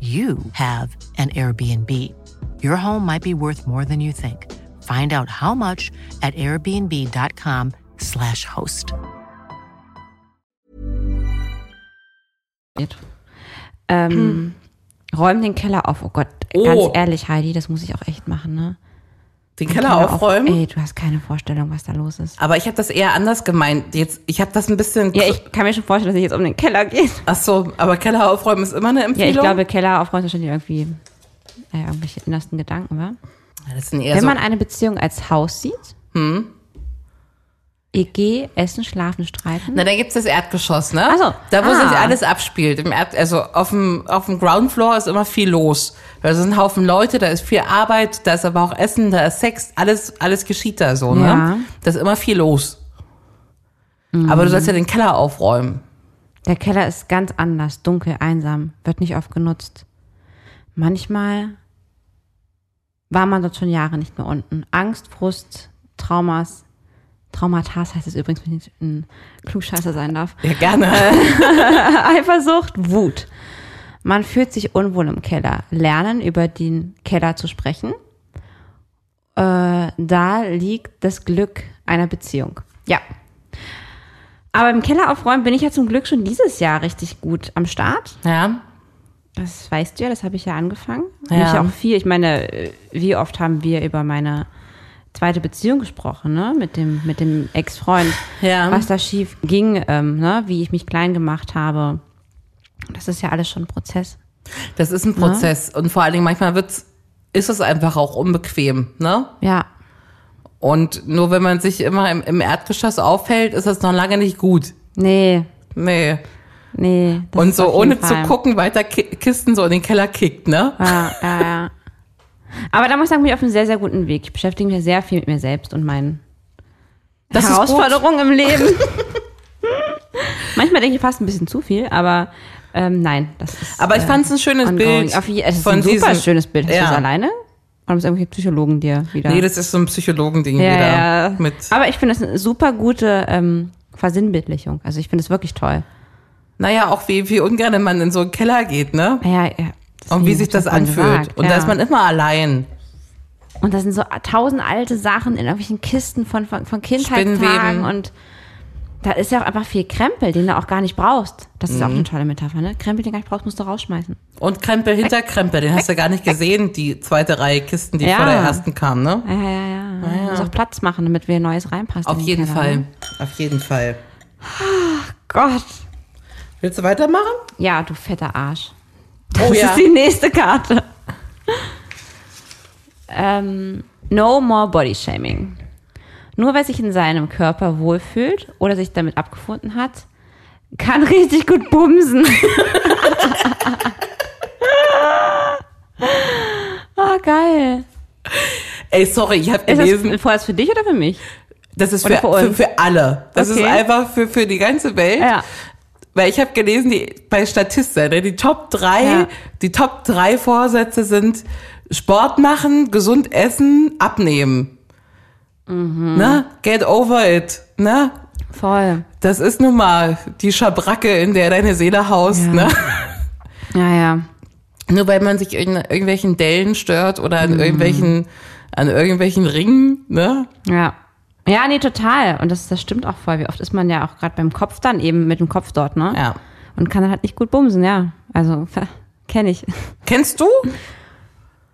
E: you have an Airbnb. Your home might be worth more than you think. Find out how much at airbnb.com/slash host.
C: Ähm, Räum den Keller auf. Oh Gott,
B: Oh.
C: ganz ehrlich, Heidi, das muss ich auch echt machen, ne?
B: Den Keller aufräumen.
C: Ey, du hast keine Vorstellung, was da los ist.
B: Aber ich habe das eher anders gemeint. Jetzt, ich habe das ein bisschen.
C: Ja, ich kann mir schon vorstellen, dass ich jetzt um den Keller gehe.
B: Ach so, aber Keller aufräumen ist immer eine
C: Ja,
B: Empfehlung.
C: ich glaube, Keller aufräumen ist wahrscheinlich irgendwie äh, irgendwelche innersten Gedanken, wa?
B: Ja, das sind eher
C: Wenn
B: so, Hm.
C: man eine Beziehung als Haus sieht, EG, Essen, Schlafen, Streiten.
B: na, da gibt's das Erdgeschoss, ne?
C: Ach so.
B: Da, wo
C: Ah.
B: sich alles abspielt. Im Erd, also auf dem, auf dem Ground Floor ist immer viel los. Da sind ein Haufen Leute, da ist viel Arbeit, da ist aber auch Essen, da ist Sex, alles, alles geschieht da so, ne?
C: Ja.
B: Da ist immer viel los. Aber du sollst ja den Keller aufräumen.
C: Der Keller ist ganz anders, dunkel, einsam, wird nicht oft genutzt. Manchmal war man dort schon Jahre nicht mehr unten. Angst, Frust, Traumas. Traumatas heißt es übrigens, wenn ich ein Klugscheißer sein darf.
B: Ja, gerne.
C: Eifersucht, Wut. Man fühlt sich unwohl im Keller. Lernen, über den Keller zu sprechen. Äh, da liegt das Glück einer Beziehung. Ja. Aber im Keller aufräumen bin ich ja zum Glück schon dieses Jahr richtig gut am Start.
B: ja.
C: Das weißt du ja, das habe ich ja angefangen.
B: Ja.
C: Ja. Ich auch viel. Ich meine, äh, wie oft haben wir über meine zweite Beziehung gesprochen, ne? Mit dem, mit dem Ex-Freund.
B: Ja.
C: Was da schief ging, ähm, ne? Wie ich mich klein gemacht habe. Das ist ja alles schon ein Prozess.
B: Das ist ein Prozess. Und vor allen Dingen manchmal wird's, ist es einfach auch unbequem, ne?
C: Ja.
B: Und nur wenn man sich immer im, im Erdgeschoss aufhält, ist das noch lange nicht gut.
C: Nee.
B: Nee.
C: Nee. das
B: Und
C: ist
B: so
C: auf jeden
B: ohne zu
C: Fall-
B: gucken, weiter Ki- Kisten so in den Keller kickt, ne?
C: Ja, ja, Ah, ja. Aber da muss ich sagen, bin ich auf einem sehr, sehr guten Weg. Ich beschäftige mich sehr viel mit mir selbst und meinen
B: Das ist gut.
C: Herausforderungen im Leben. Manchmal denke ich fast ein bisschen zu viel, aber ähm, nein, das ist. äh,
B: Aber ich fand's ein schönes
C: ongoing.
B: Bild.
C: Auf, je- es ist
B: von
C: ein super
B: diesem-
C: schönes Bild. Hast
B: ja.
C: du das alleine? Oder muss irgendwelche Psychologen dir wieder?
B: Nee, das ist so ein Psychologending
C: ja,
B: wieder.
C: ja.
B: Mit.
C: Aber ich finde das eine super gute ähm, Versinnbildlichung. Also ich finde es wirklich toll.
B: Naja, auch wie, wie ungern man in so einen Keller geht, ne?
C: Ja, ja.
B: Und wie
C: deswegen
B: sich
C: hab ich
B: das
C: vorhin
B: anfühlt.
C: gesagt,
B: Und da ist man immer allein.
C: Und da sind so tausend alte Sachen in irgendwelchen Kisten von, von, von Kindheitstagen
B: Spinnweben.
C: und da ist ja auch einfach viel Krempel, den du auch gar nicht brauchst. Das ist auch
B: Mhm.
C: eine tolle Metapher, ne? Krempel, den du gar nicht brauchst, musst du rausschmeißen.
B: Und Krempel hinter Krempel, den hast du gar nicht gesehen, die zweite Reihe Kisten, die
C: Ja.
B: vor der ersten kam, ne?
C: Ja, ja, ja. ja. Du musst auch Platz machen, damit wir Neues reinpasst. in
B: Auf
C: den
B: jeden
C: Keller,
B: Fall.
C: Ne?
B: Auf jeden Fall.
C: Gott.
B: Willst du weitermachen?
C: Ja, du fetter Arsch. Das
B: ja.
C: ist die nächste Karte. ähm, no more body shaming. Nur wer sich in seinem Körper wohlfühlt oder sich damit abgefunden hat, kann richtig gut bumsen. Ah, geil.
B: Ey, sorry, ich habe
C: Ist
B: gelesen,
C: das vorerst für dich oder für mich?
B: das ist für,
C: oder für
B: für,
C: uns?
B: für alle. Das
C: Okay.
B: ist einfach für, für die ganze Welt.
C: Ja.
B: Weil ich habe gelesen, die, bei Statista, ne, die Top drei,
C: Ja.
B: die Top drei Vorsätze sind Sport machen, gesund essen, abnehmen. Ne? Get over it. Ne?
C: Voll.
B: Das ist nun mal die Schabracke, in der deine Seele haust.
C: Ja.
B: Ne?
C: Ja, ja.
B: Nur weil man sich in irgendwelchen Dellen stört oder an irgendwelchen, an irgendwelchen Ringen, ne?
C: Ja. Ja, nee, total. Und das, das stimmt auch voll. Wie oft ist man ja auch gerade beim Kopf dann eben mit dem Kopf dort, ne?
B: Ja.
C: Und kann dann halt nicht gut bumsen, ja. Also, kenne ich.
B: Kennst du?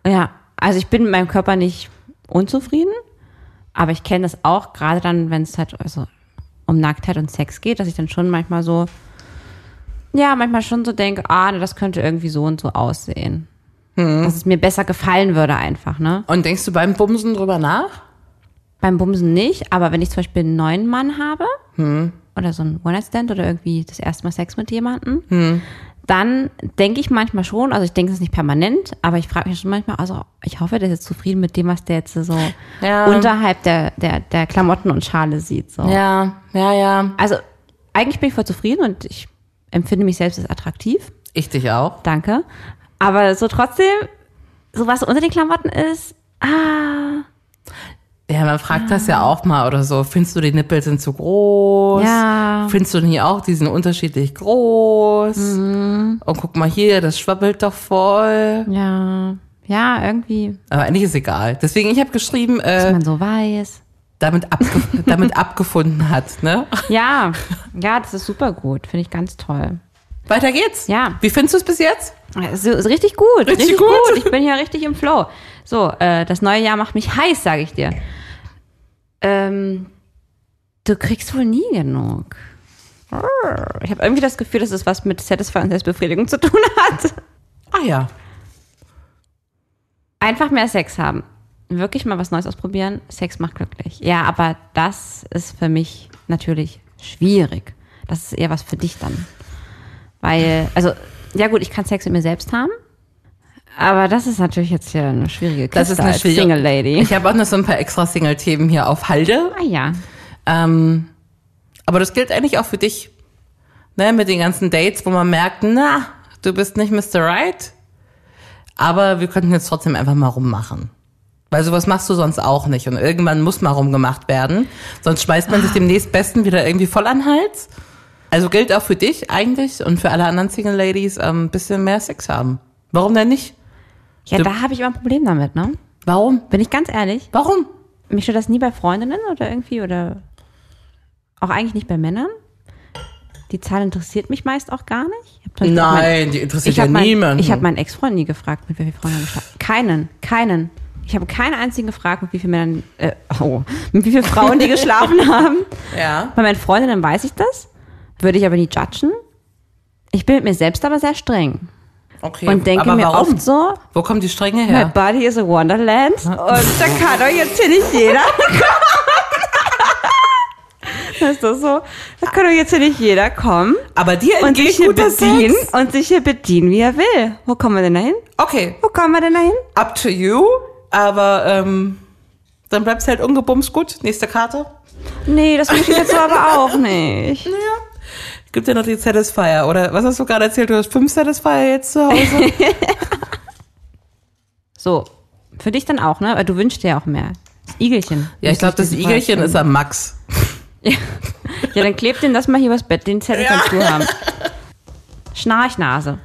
C: Ja. Also, ich bin mit meinem Körper nicht unzufrieden, aber ich kenne das auch, gerade dann, wenn es halt also um Nacktheit und Sex geht, dass ich dann schon manchmal so, ja, manchmal schon so denke, ah, ne, das könnte irgendwie so und so aussehen. Dass es mir besser gefallen würde einfach, ne?
B: Und denkst du beim Bumsen drüber nach?
C: Beim Bumsen nicht, aber wenn ich zum Beispiel einen neuen Mann habe
B: Hm.
C: oder so einen One-Night-Stand oder irgendwie das erste Mal Sex mit jemandem,
B: Hm.
C: dann denke ich manchmal schon, also ich denke es nicht permanent, aber ich frage mich schon manchmal, also ich hoffe, der ist jetzt zufrieden mit dem, was der jetzt so
B: Ja.
C: unterhalb der, der, der Klamotten und Schale sieht. So.
B: Ja, ja, ja.
C: Also eigentlich bin ich voll zufrieden und ich empfinde mich selbst als attraktiv.
B: Ich dich auch.
C: Danke. Aber so trotzdem, so was unter den Klamotten ist, ah,
B: Ja, man fragt das ja auch mal oder so. Findest du die Nippel sind zu groß?
C: Ja.
B: Findest du die auch, die sind unterschiedlich groß?
C: Mhm.
B: Und guck mal hier, das schwabbelt doch voll.
C: ja, ja, irgendwie,
B: Aber eigentlich ist egal. Deswegen, ich habe geschrieben,
C: dass
B: äh,
C: man so weiß.
B: damit, abge damit abgefunden hat. Ne?
C: Ja, ja, das ist super gut, finde ich ganz toll.
B: Weiter geht's.
C: Ja.
B: Wie findest du es bis jetzt?
C: So, ist richtig gut, richtig,
B: Richtig
C: gut.
B: gut.
C: Ich bin hier richtig im Flow. So, äh, das neue Jahr macht mich heiß, sage ich dir. Ähm, du kriegst wohl nie genug. Ich habe irgendwie das Gefühl, dass es was mit Satisfy und Selbstbefriedigung zu tun hat.
B: Ah ja.
C: Einfach mehr Sex haben. Wirklich mal was Neues ausprobieren. Sex macht glücklich. Ja, aber das ist für mich natürlich schwierig. Das ist eher was für dich dann. Weil, also, ja gut, ich kann Sex mit mir selbst haben. Aber das ist natürlich jetzt hier eine schwierige Kiste
B: Das ist eine
C: als
B: schwierige
C: Single Lady.
B: Ich habe auch noch so ein paar extra Single-Themen hier auf Halde.
C: ah ja.
B: Ähm, aber das gilt eigentlich auch für dich. Ne, mit den ganzen Dates, wo man merkt, na, du bist nicht Mr. Right. Aber wir könnten jetzt trotzdem einfach mal rummachen. Weil sowas machst du sonst auch nicht. Und irgendwann muss mal rumgemacht werden. Sonst schmeißt man sich dem nächstbesten wieder irgendwie voll an den Hals. Also gilt auch für dich eigentlich und für alle anderen Single Ladies ähm, ein bisschen mehr Sex haben. Warum denn nicht?
C: Ja,
B: Du-
C: da habe ich immer ein Problem damit, ne?
B: Warum?
C: Bin ich ganz ehrlich.
B: Warum?
C: Mich stört das nie bei Freundinnen oder irgendwie oder auch eigentlich nicht bei Männern. Die Zahl interessiert mich meist auch gar nicht. Ich hab zum Beispiel auch mein-
B: Nein, die interessiert ja
C: hab mein-
B: niemanden.
C: Ich habe meinen Ex-Freund nie gefragt, mit wie vielen Frauen er geschlafen hat. Keinen, keinen. Ich habe keinen einzigen gefragt, mit wie vielen Männern, äh, oh, mit wie vielen Frauen die geschlafen haben.
B: ja.
C: Bei meinen Freundinnen weiß ich das, würde ich aber nie judgen. Ich bin mit mir selbst aber sehr streng
B: Okay.
C: und denke
B: aber
C: mir
B: warum?
C: oft so,
B: Wo kommen die Stränge
C: my
B: her?
C: body is a wonderland und da kann doch jetzt hier nicht jeder kommen. Das ist doch so, da kann doch jetzt hier nicht jeder kommen
B: Aber dir
C: und sich
B: entgeht
C: hier
B: guter
C: bedienen
B: Sex.
C: und sich hier bedienen, wie er will. Wo kommen wir denn dahin?
B: Okay,
C: Wo kommen wir denn dahin?
B: up to you. Aber ähm, dann bleibst halt ungebumst. Gut, nächste Karte.
C: Nee, das möchte ich jetzt so aber auch nicht.
B: Gibt ja noch die Satisfier, oder? Was hast du gerade erzählt? Du hast fünf Satisfier jetzt zu Hause.
C: So, für dich dann auch, ne? Aber du wünschst dir auch mehr. Das Igelchen.
B: ja, ich glaube, das Igelchen ist am Max.
C: Ja, dann klebt den das mal hier übers Bett. Den Zettel kannst du haben. Schnarchnase.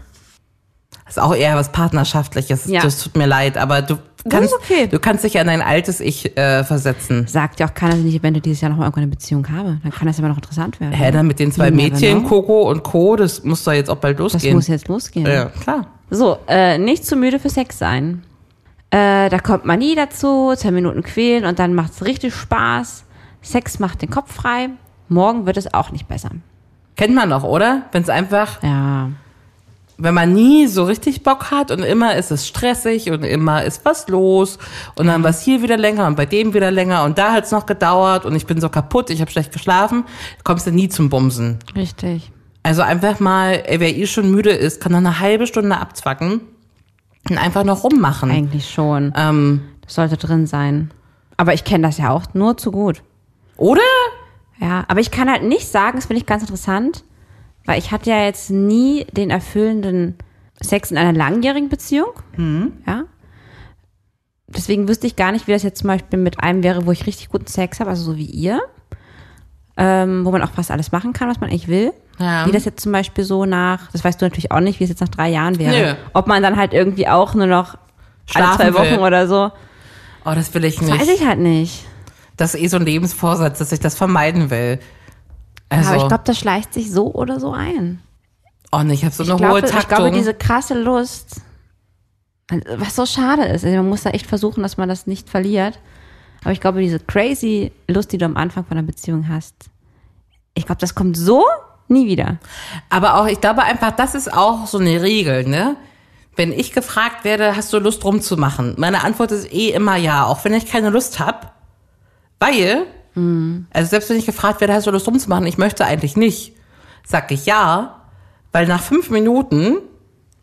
B: Ist auch eher was Partnerschaftliches.
C: Ja.
B: Das tut mir leid, aber du
C: ist
B: kannst,
C: okay.
B: du kannst dich ja in dein altes Ich äh, versetzen.
C: Sagt ja auch keiner, dass ich, wenn du dieses Jahr noch mal irgendwann eine Beziehung habe. Dann kann das immer noch interessant werden.
B: Hä, dann mit den zwei
C: You never
B: Mädchen,
C: know.
B: Coco und Co., genau. das muss doch jetzt auch bald
C: Das
B: losgehen.
C: muss jetzt losgehen.
B: ja, klar.
C: So, äh, nicht zu müde für Sex sein. Äh, da kommt man nie dazu, zehn Minuten quälen und dann macht's richtig Spaß. Sex macht den Kopf frei. Morgen wird es auch nicht besser.
B: Kennt man noch, oder? Wenn es einfach
C: Ja.
B: wenn man nie so richtig Bock hat und immer ist es stressig und immer ist was los und dann war es hier wieder länger und bei dem wieder länger und da hat's noch gedauert und ich bin so kaputt, ich habe schlecht geschlafen, kommst du nie zum Bumsen.
C: Richtig.
B: Also einfach mal, ey, wer eh schon müde ist, kann noch eine halbe Stunde abzwacken und einfach noch rummachen.
C: Eigentlich schon.
B: Ähm,
C: Das sollte drin sein. Aber ich kenne das ja auch nur zu gut.
B: oder?
C: Ja, aber ich kann halt nicht sagen, das finde ich ganz interessant, weil ich hatte ja jetzt nie den erfüllenden Sex in einer langjährigen Beziehung.
B: Mhm.
C: Ja. Deswegen wüsste ich gar nicht, wie das jetzt zum Beispiel mit einem wäre, wo ich richtig guten Sex habe, also so wie ihr, ähm, wo man auch fast alles machen kann, was man eigentlich will.
B: Ja.
C: Wie das jetzt zum Beispiel so nach, das weißt du natürlich auch nicht, wie es jetzt nach drei Jahren wäre.
B: Nö.
C: Ob man dann halt irgendwie auch nur noch
B: Schlafen
C: alle zwei Wochen
B: will.
C: oder so.
B: Oh, das will ich
C: Das
B: nicht.
C: weiß ich halt nicht.
B: Das ist eh so ein Lebensvorsatz, dass ich das vermeiden will. Also,
C: Aber ich glaube, das schleicht sich so oder so ein.
B: oh nee, ich habe so eine
C: ich
B: hohe
C: glaube,
B: Taktung.
C: ich glaube, diese krasse Lust, was so schade ist, also man muss da echt versuchen, dass man das nicht verliert. Aber ich glaube, diese crazy Lust, die du am Anfang von einer Beziehung hast, ich glaube, das kommt so nie wieder.
B: Aber auch, ich glaube einfach, das ist auch so eine Regel, ne? Wenn ich gefragt werde, hast du Lust rumzumachen? Meine Antwort ist eh immer ja, auch wenn ich keine Lust habe. Weil, also selbst wenn ich gefragt werde, hast du Lust rumzumachen? Ich möchte eigentlich nicht. Sag ich ja, weil nach fünf Minuten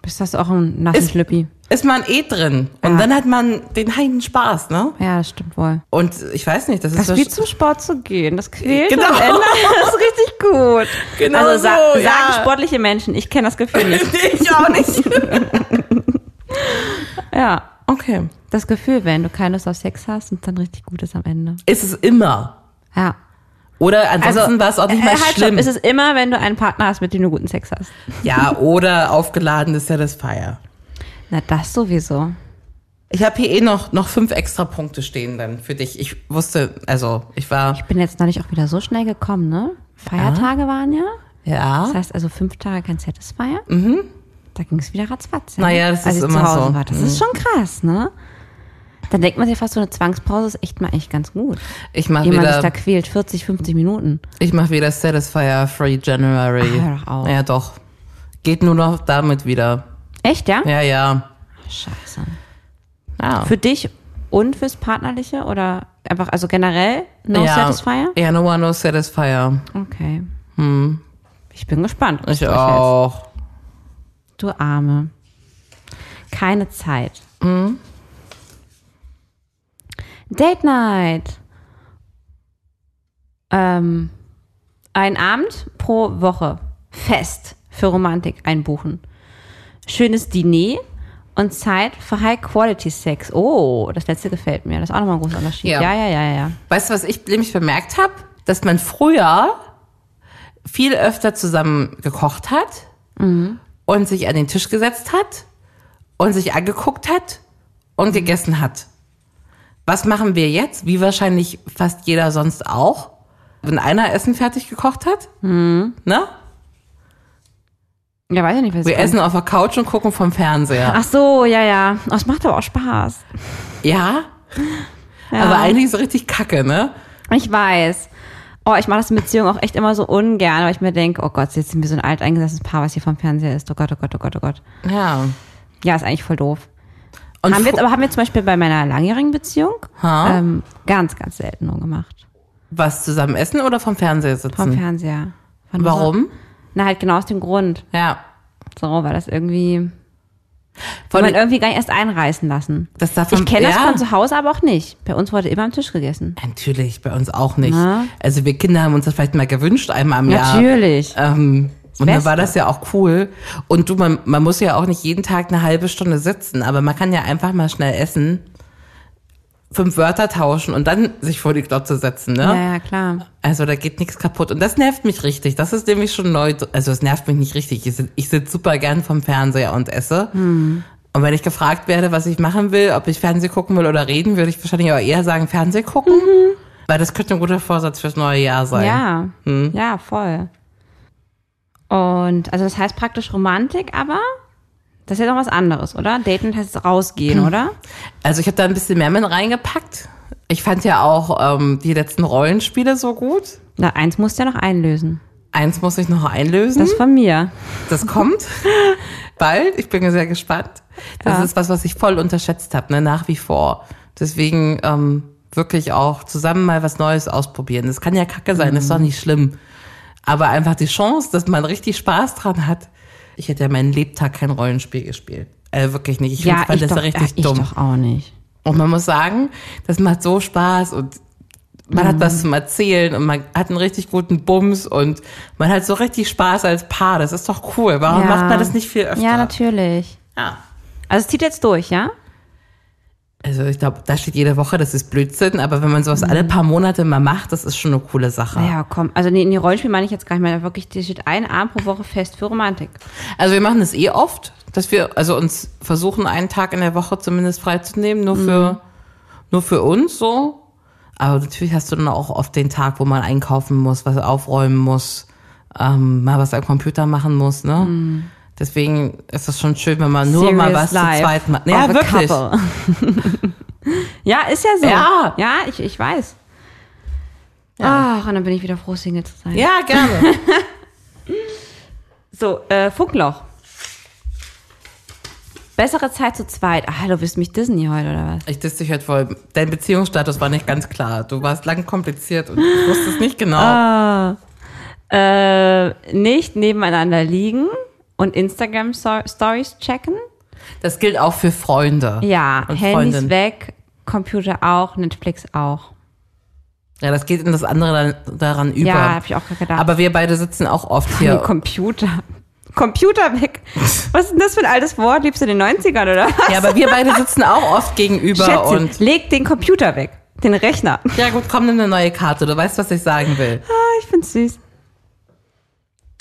C: Bist das auch ein nassen
B: Ist-
C: Schlüppi?
B: ist man eh drin. Und
C: Ja.
B: dann hat man den heiden Spaß, ne?
C: Ja, das stimmt wohl.
B: Und ich weiß nicht, das ist
C: Das ist wie
B: so
C: zum Sport zu gehen. Das quält
B: Genau.
C: genau. und ändert. Das ist richtig gut.
B: Genau
C: also sa
B: so, ja.
C: sagen sportliche Menschen, ich kenne das Gefühl nicht.
B: ich auch nicht.
C: Ja.
B: Okay.
C: Das Gefühl, wenn du keine Lust auf Sex hast und dann richtig gut ist am Ende.
B: Ist es immer.
C: Ja.
B: Oder ansonsten war es auch nicht mal
C: äh, halt
B: schlimm.
C: Stopp. Es ist immer, wenn du einen Partner hast, mit dem du guten Sex hast.
B: ja, oder aufgeladenes Satisfier.
C: Na, das sowieso.
B: Ich habe hier eh noch, noch fünf extra Punkte stehen dann für dich. Ich wusste, also ich war.
C: Ich bin jetzt neulich auch wieder so schnell gekommen, ne? Feiertage waren ja.
B: Ja.
C: Das heißt also fünf Tage kein Satisfier. Da ging es wieder ratzfatz.
B: Naja, das
C: Als
B: ist
C: ich
B: immer
C: zu Hause
B: so.
C: War. Mhm. Das ist schon krass, ne? Dann denkt man sich fast, so eine Zwangspause ist echt mal echt ganz gut.
B: Ich mach
C: Jemand
B: wieder-
C: sich da quält, 40, 50 Minuten.
B: Ich mache wieder Satisfier Free January.
C: Ach, hör doch auf.
B: Ja, doch. Geht nur noch damit wieder.
C: Echt, ja? Oh.
B: Ja, ja.
C: Scheiße.
B: ja.
C: Ah. Für dich und fürs Partnerliche oder einfach, also generell, no
B: ja.
C: Satisfier?
B: Ja, no one no Satisfier.
C: Okay. Hm. Ich bin gespannt. was
B: Ich
C: du erzählst.
B: auch.
C: Du Arme. Keine Zeit.
B: Hm.
C: Date Night. Ähm, ein Abend pro Woche. Fest für Romantik einbuchen. Schönes Diner und Zeit für High-Quality-Sex. Oh, das letzte gefällt mir. Das ist auch nochmal ein großer Unterschied.
B: Ja.
C: Ja, ja, ja, ja. ja.
B: Weißt du, was ich nämlich bemerkt habe? Dass man früher viel öfter zusammen gekocht hat und sich an den Tisch gesetzt hat und sich angeguckt hat und gegessen hat. Was machen wir jetzt? Wie wahrscheinlich fast jeder sonst auch, wenn einer Essen fertig gekocht hat? Ne?
C: Ja, weiß ich nicht, was
B: Wir
C: ich meine.
B: essen auf der Couch und gucken vom Fernseher.
C: Ach so, ja, ja. Oh, Das macht aber auch Spaß.
B: Ja?
C: Ja.
B: Aber eigentlich so richtig kacke, ne?
C: Ich weiß. Oh, ich mache das in Beziehung auch echt immer so ungern, weil ich mir denke, oh Gott, jetzt sind wir so ein alteingesessenes Paar, was hier vom Fernseher ist. Oh Gott, oh Gott, oh Gott, oh Gott.
B: Ja.
C: Ja, ist eigentlich voll doof.
B: Und
C: haben wir
B: fr-
C: jetzt, aber haben wir zum Beispiel bei meiner langjährigen Beziehung
B: Ha?
C: ähm, ganz, ganz selten nur gemacht.
B: was zusammen essen oder vom Fernseher sitzen?
C: Vom Fernseher. Von
B: Warum?
C: So, na, halt genau aus dem Grund.
B: Ja.
C: So, weil das irgendwie.
B: Von,
C: man irgendwie gar nicht erst einreißen lassen.
B: das darf man,
C: Ich kenne das
B: ja,
C: von zu Hause aber auch nicht. Bei uns wurde immer am Tisch gegessen.
B: Natürlich, bei uns auch nicht.
C: Na?
B: Also wir Kinder haben uns das vielleicht mal gewünscht, einmal im Jahr.
C: Natürlich.
B: Ähm, und dann
C: Beste.
B: war das ja auch cool. Und du, man, man muss ja auch nicht jeden Tag eine halbe Stunde sitzen, aber man kann ja einfach mal schnell essen, fünf Wörter tauschen und dann sich vor die Glotze setzen, ne?
C: Ja, ja, klar.
B: Also da geht nichts kaputt. Und das nervt mich richtig. Das ist nämlich schon neu. Also es nervt mich nicht richtig. Ich sitze sitz super gern vom Fernseher und esse. Und wenn ich gefragt werde, was ich machen will, ob ich Fernseh gucken will oder reden, würde ich wahrscheinlich auch eher sagen, Fernseh gucken. Weil das könnte ein guter Vorsatz fürs neue Jahr sein.
C: Ja,
B: Hm.
C: ja, voll. Und also das heißt praktisch Romantik, aber das ist ja noch was anderes, oder? Daten heißt
B: Hm.
C: rausgehen, oder?
B: Also ich habe da ein bisschen mehr mit reingepackt. Ich fand ja auch ähm, die letzten Rollenspiele so gut.
C: Na, eins musst du ja noch einlösen.
B: Eins muss ich noch einlösen.
C: Das von mir.
B: Das kommt bald. Ich bin sehr gespannt. Das ist was, was ich voll unterschätzt habe, ne? nach wie vor. Deswegen ähm, wirklich auch zusammen mal was Neues ausprobieren. Das kann ja kacke sein,
C: Mhm.
B: das ist doch nicht schlimm. Aber einfach die Chance, dass man richtig Spaß dran hat. Ich hätte ja meinen Lebtag kein Rollenspiel gespielt. Äh, wirklich nicht. Ich
C: ja,
B: fand
C: ich
B: das
C: doch,
B: richtig
C: ja, ich
B: dumm.
C: doch auch nicht.
B: Und man muss sagen, das macht so Spaß und man hat
C: Mhm.
B: was zum Erzählen und man hat einen richtig guten Bums und man hat so richtig Spaß als Paar. Das ist doch cool. Warum
C: ja.
B: macht man das nicht viel öfter?
C: Ja, natürlich.
B: Ja.
C: Also es zieht jetzt durch, ja?
B: Also ich glaube, da steht jede Woche, das ist Blödsinn, aber wenn man sowas alle paar Monate mal macht, das ist schon eine coole Sache.
C: Mhm. Ja, komm. Also nee, in die Rollenspiel meine ich jetzt gar nicht mehr. Wirklich, dir steht ein Abend pro Woche fest für Romantik.
B: Also wir machen das eh oft, dass wir also uns versuchen, einen Tag in der Woche zumindest freizunehmen, nur
C: Mhm.
B: für nur für uns so. Aber natürlich hast du dann auch oft den Tag, wo man einkaufen muss, was aufräumen muss, ähm, mal was am Computer machen muss, ne? Deswegen ist es schon schön, wenn man nur mal was
C: Mhm. Serious life Oh,
B: zu zweit macht.
C: of
B: Ja,
C: a
B: wirklich.
C: couple. ja, ist ja so.
B: Ja.
C: ja ich, ich weiß. Ach, und dann bin ich wieder froh, Single zu sein.
B: Ja, gerne.
C: So, äh, Funkloch. Bessere Zeit zu zweit. Ah, du bist mich Disney heute oder was?
B: Ich diss dich halt voll. Dein Beziehungsstatus war nicht ganz klar. Du warst lang kompliziert und ich wusste es nicht genau.
C: Ah. Äh, nicht nebeneinander liegen und Instagram So- Stories checken.
B: Das gilt auch für Freunde.
C: Ja,
B: und
C: Handys
B: Freundinnen.
C: weg, Computer auch, Netflix auch.
B: Ja, das geht in das andere dann, daran über.
C: Ja, hab ich auch gedacht.
B: Aber wir beide sitzen auch oft hier.
C: Nee, Computer. Computer weg. Was ist denn das für ein altes Wort? Liebst du den 90ern oder was?
B: ja, aber wir beide sitzen auch oft gegenüber
C: Schätzchen,
B: und.
C: leg den Computer weg. Den Rechner.
B: Ja gut, komm, nimm eine neue Karte. Du weißt, was ich sagen will.
C: Ich find's süß.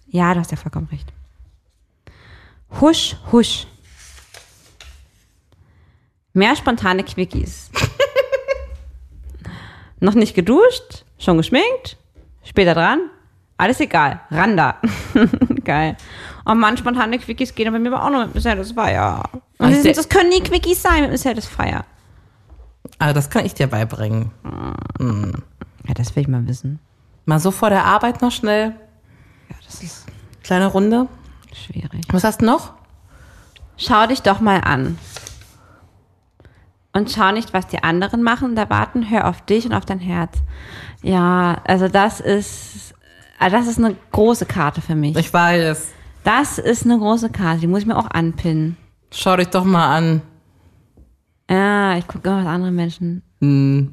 C: Ja, du hast ja vollkommen recht. Husch, husch. Mehr spontane Quickies. Noch nicht geduscht, schon geschminkt, später dran. Alles egal, ran da. Geil. Oh Mann, spontane Quickies gehen aber bei mir aber auch noch mit dem Satisfier. Und
B: Ach,
C: das,
B: sehr-
C: sind, das können nie Quickies sein mit dem Satisfier.
B: Aber das kann ich dir beibringen.
C: Ja, das will ich mal wissen.
B: Mal so vor der Arbeit noch schnell.
C: Das ist
B: Kleine Runde.
C: schwierig.
B: Was hast du noch?
C: schau dich doch mal an. Und schau nicht, was die anderen machen und erwarten. Hör auf dich und auf dein Herz. Ja, also das ist, ah, das ist eine große Karte für mich.
B: Ich weiß.
C: Das ist eine große Karte, die muss ich mir auch anpinnen.
B: Schau dich doch mal an.
C: Ja, ich gucke immer, was andere Menschen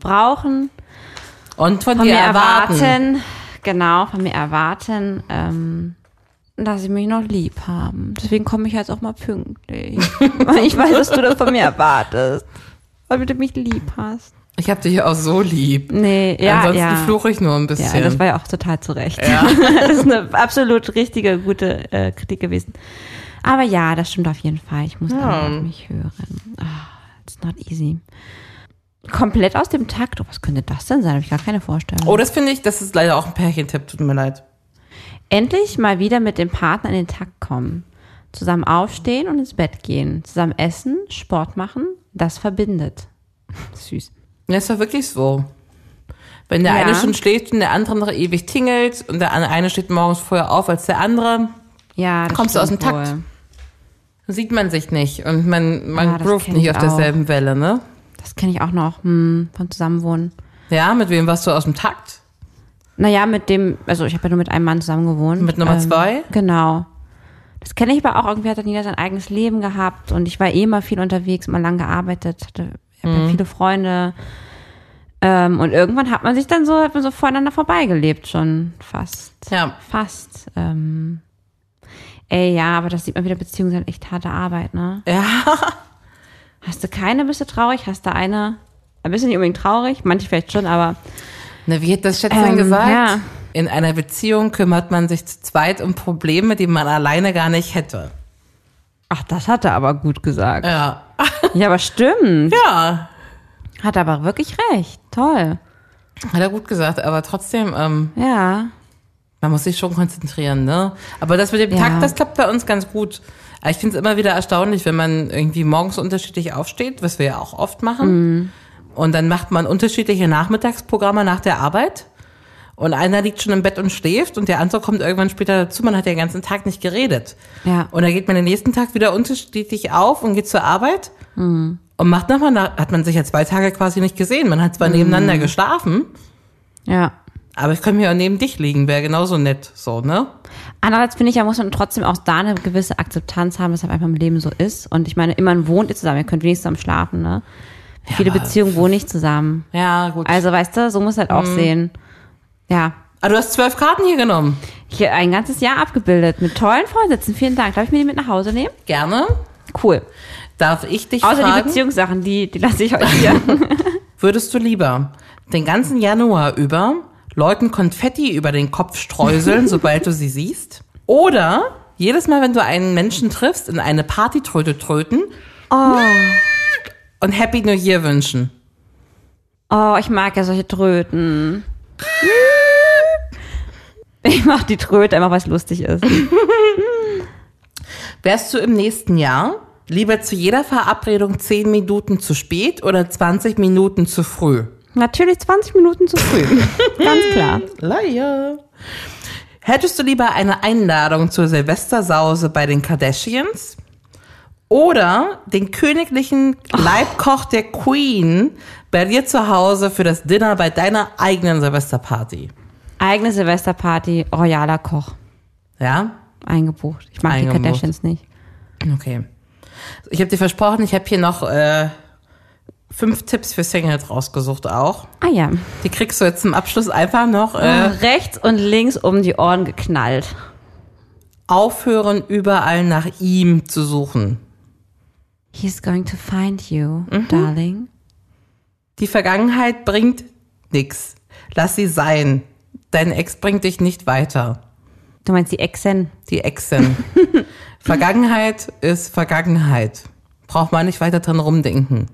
C: brauchen,
B: Und von,
C: von
B: dir
C: mir
B: erwarten.
C: erwarten. Genau, von mir erwarten, ähm, dass sie mich noch lieb haben. Deswegen komme ich jetzt auch mal pünktlich. Weil ich weiß, dass du das von mir erwartest. Weil du mich lieb hast.
B: Ich hab dich auch so lieb.
C: Nee, ja,
B: Ansonsten
C: ja.
B: fluche ich nur ein
C: ja,
B: bisschen.
C: das war ja auch total zu Recht. das ist eine absolut richtige, gute äh, Kritik gewesen. Aber ja, das stimmt auf jeden Fall. Ich muss ja. auf mich hören. Ah, it's not easy. Komplett aus dem Takt. Oh, was könnte das denn sein? Habe ich gar keine Vorstellung.
B: oh, das finde ich, das ist leider auch ein Pärchentipp. Tut mir leid.
C: Endlich mal wieder mit dem Partner in den Takt kommen. Zusammen aufstehen und ins Bett gehen. Zusammen essen, Sport machen. Das verbindet. Süß.
B: Ja, ist ja wirklich so. Wenn der
C: Ja.
B: eine schon schläft und der andere noch ewig tingelt und der an- eine steht morgens vorher auf als der andere,
C: Ja, das
B: Kommst du aus dem
C: stimmt
B: Takt?
C: wohl.
B: sieht man sich nicht und man, man
C: Ja, das
B: groovt
C: kenn
B: nicht
C: ich
B: auf derselben Welle, ne?
C: Das kenne ich auch noch hm, von Zusammenwohnen.
B: Ja, mit wem warst du aus dem Takt?
C: Naja, mit dem, also ich habe ja nur mit einem Mann zusammen gewohnt. Ähm,
B: Mit Nummer zwei?
C: Genau. Das kenne ich aber auch, irgendwie hat dann jeder sein eigenes Leben gehabt und ich war eh immer viel unterwegs, immer lang gearbeitet, hatte ich hab
B: Mhm.
C: ja viele Freunde. Ähm, und irgendwann hat man sich dann so, hat man so voreinander vorbeigelebt, schon fast.
B: Ja.
C: Fast. Ähm, ey, ja, aber das sieht man wieder, Beziehungen sind echt harte Arbeit, ne?
B: Ja.
C: Hast du keine, bist du traurig, hast du eine, dann bist du nicht unbedingt traurig, manche vielleicht schon, aber
B: Na, wie hat das Schätzchen
C: Ähm,
B: gesagt?
C: ja.
B: In einer Beziehung kümmert man sich zu zweit um Probleme, die man alleine gar nicht hätte.
C: ach, das hat er aber gut gesagt.
B: Ja.
C: Ja, aber stimmt.
B: Ja.
C: Hat aber wirklich recht. Toll.
B: Hat er gut gesagt, aber trotzdem, ähm,
C: Ja.
B: Man muss sich schon konzentrieren, ne? Aber das mit dem
C: Ja.
B: Takt, das klappt bei uns ganz gut. Aber Ich finde es immer wieder erstaunlich, wenn man irgendwie morgens unterschiedlich aufsteht, was wir ja auch oft machen.
C: Mhm.
B: Und dann macht man unterschiedliche Nachmittagsprogramme nach der Arbeit. Und einer liegt schon im Bett und schläft und der andere kommt irgendwann später dazu. Man hat ja den ganzen Tag nicht geredet.
C: Ja.
B: Und dann geht man den nächsten Tag wieder unterschiedlich auf und geht zur Arbeit.
C: Mhm.
B: Und macht nochmal, nach, hat man sich ja zwei Tage quasi nicht gesehen. Man hat zwar
C: Mhm.
B: nebeneinander geschlafen,
C: Ja.
B: aber ich könnte mir auch neben dich liegen, wäre genauso nett, so, ne?
C: Andererseits finde ich, ja, muss man trotzdem auch da eine gewisse Akzeptanz haben, dass das einfach im Leben so ist. Und ich meine, immerhin wohnt ihr zusammen. Ihr könnt wenigstens zusammen schlafen, ne? Viele Beziehungen wohnen nicht zusammen.
B: Ja, gut.
C: Also, weißt du, so muss halt auch
B: Mhm.
C: sehen. Ja.
B: ah, du hast zwölf Karten hier genommen.
C: Hier ein ganzes Jahr abgebildet mit tollen Vorsätzen. Vielen Dank. Darf ich mir die mit nach Hause nehmen?
B: Gerne.
C: Cool.
B: Darf ich dich
C: Außer die
B: fragen,
C: Beziehungssachen, die, die lasse ich euch hier.
B: würdest du lieber den ganzen Januar über Leuten Konfetti über den Kopf streuseln, sobald du sie siehst? Oder jedes Mal, wenn du einen Menschen triffst, in eine Partytröte tröten und Happy New Year wünschen?
C: Oh, ich mag ja solche Tröten. Ich mach die Tröte einfach, weil es lustig ist.
B: Wärst du im nächsten Jahr lieber zu jeder Verabredung 10 Minuten zu spät oder 20 Minuten zu früh?
C: Natürlich 20 Minuten zu früh. Ganz klar.
B: Leier. Hättest du lieber eine Einladung zur Silvestersause bei den Kardashians Oder den königlichen Leibkoch der Queen bei dir zu Hause für das Dinner bei deiner eigenen Silvesterparty.
C: Eigene Silvesterparty, royaler Koch.
B: Ja?
C: Eingebucht. Ich mag
B: Eingebucht.
C: die Kardashians nicht.
B: Okay. Ich habe dir versprochen, ich habe hier noch äh, fünf Tipps für Singles rausgesucht auch.
C: Ah ja. Oh,
B: Die kriegst du jetzt zum Abschluss einfach noch. Äh,
C: Rechts und links um die Ohren geknallt.
B: aufhören, überall nach ihm zu suchen.
C: He's going to find you, darling.
B: Die Vergangenheit bringt nix. Lass sie sein. Dein Ex bringt dich nicht weiter.
C: Du meinst die Exen?
B: Die Exen. Vergangenheit ist Vergangenheit. Braucht man nicht weiter dran rumdenken.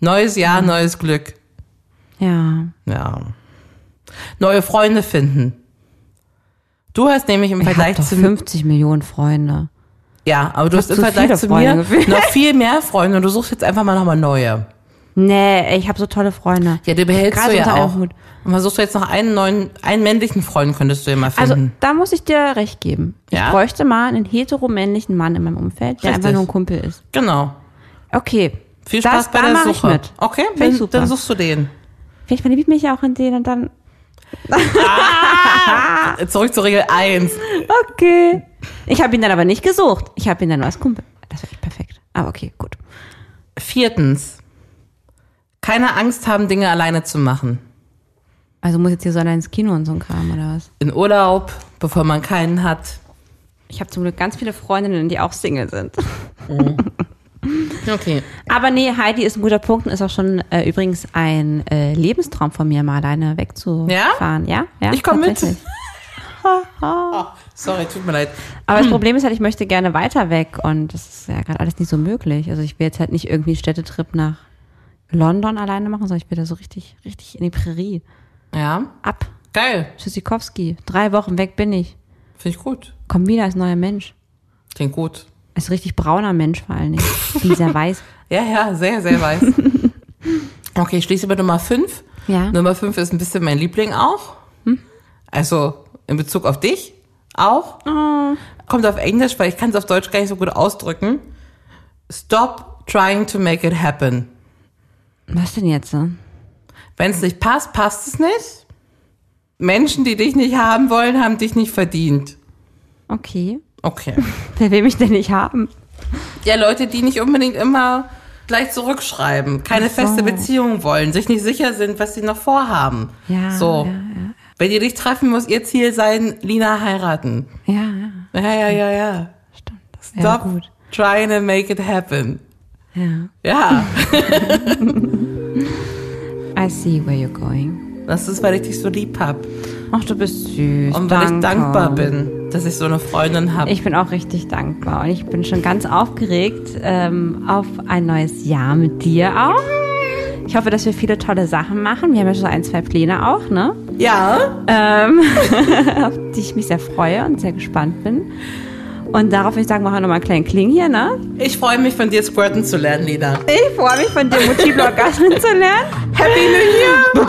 B: Neues Jahr,
C: Mhm.
B: neues Glück.
C: Ja.
B: Ja. Neue Freunde finden. Du hast nämlich im
C: Ich hab
B: Vergleich
C: doch
B: zu
C: 50 Millionen Freunde.
B: ja, aber du hast im
C: zu
B: Vergleich
C: viele
B: zu
C: Freunde
B: mir
C: gefühlt.
B: noch viel mehr Freunde und du suchst jetzt einfach mal nochmal neue.
C: Nee, ich habe so tolle Freunde.
B: Ja, die behältst
C: Gerade
B: du ja
C: unter
B: auch.
C: einem
B: Und
C: Hut.
B: versuchst du jetzt noch einen neuen, einen männlichen Freund könntest du ja mal
C: Also,
B: finden.
C: da muss ich dir recht geben.
B: Ja?
C: Ich bräuchte mal einen heteromännlichen Mann in meinem Umfeld, der
B: Richtig.
C: einfach nur ein Kumpel ist.
B: genau.
C: Okay.
B: Viel Spaß
C: das,
B: bei
C: da
B: der
C: mach
B: Suche.
C: Ich mit.
B: Okay,
C: Find ich
B: dann,
C: super.
B: dann suchst du den.
C: Vielleicht verliebt mich ja auch in den und dann.
B: Zurück zur Regel 1.
C: Okay. Ich habe ihn dann aber nicht gesucht. Ich habe ihn dann nur als Kumpel. Das wäre perfekt. Aber okay, gut.
B: Viertens. Keine Angst haben, Dinge alleine zu machen.
C: Also muss jetzt hier so einer ins Kino und so ein Kram oder was?
B: In Urlaub, bevor man keinen hat.
C: Ich habe zum Glück ganz viele Freundinnen, die auch Single sind.
B: Okay.
C: Aber nee, Heidi ist ein guter Punkt und ist auch schon äh, übrigens ein äh, Lebenstraum von mir, mal alleine wegzufahren. Ja? ja,
B: Ich komm mit.
C: tatsächlich.
B: Sorry, tut mir leid.
C: Aber das Problem ist halt, ich möchte gerne weiter weg und das ist ja gerade alles nicht so möglich. Also ich will jetzt halt nicht irgendwie einen Städtetrip nach London alleine machen, sondern ich will da so richtig, richtig in die Prärie.
B: Ja,
C: Ab.
B: geil.
C: Tschüssikowski. Drei Wochen weg bin ich.
B: Finde ich gut.
C: Komm wieder als neuer Mensch.
B: Klingt gut.
C: Als richtig brauner Mensch vor allen Dingen. Wie sehr weiß.
B: Ja, ja, sehr, sehr weiß. okay, ich schließe bei Nummer 5.
C: Ja. Hm?
B: Nummer 5 ist ein bisschen mein Liebling auch. Also in Bezug auf dich auch.
C: Ah.
B: Kommt auf Englisch, weil ich kann es auf Deutsch gar nicht so gut ausdrücken. Stop trying to make it happen.
C: Was denn jetzt? ne? so?
B: Wenn es nicht passt, passt es nicht. Menschen, die dich nicht haben wollen, haben dich nicht verdient.
C: Okay.
B: Okay.
C: Wer will mich denn nicht haben?
B: Ja, Leute, die nicht unbedingt immer gleich zurückschreiben, keine feste Beziehung wollen, sich nicht sicher sind, was sie noch vorhaben.
C: Ja,
B: So.
C: ja, ja.
B: Wenn ihr dich treffen, muss ihr Ziel sein, Lina heiraten.
C: Ja, ja.
B: Ja, ja, ja, ja.
C: Stimmt. Das
B: Stop
C: wäre gut.
B: trying to make it happen.
C: Ja.
B: Ja,
C: I see where you're going.
B: das ist, weil ich dich so lieb hab.
C: Ach, du bist süß.
B: Und weil
C: danke.
B: ich dankbar bin, dass ich so eine Freundin hab.
C: Ich bin auch richtig dankbar und ich bin schon ganz aufgeregt ähm, auf ein neues Jahr mit dir auch. Ich hoffe, dass wir viele tolle Sachen machen. Wir haben ja schon ein, zwei Pläne auch, ne?
B: ja,
C: Auf die ich mich sehr freue und sehr gespannt bin. Und darauf würde ich sagen, machen wir nochmal einen kleinen Kling hier, ne?
B: ich freue mich, von dir squirten zu lernen, Lina.
C: Ich freue mich, von dir multiple Orgasmen zu lernen.
B: Happy New Year!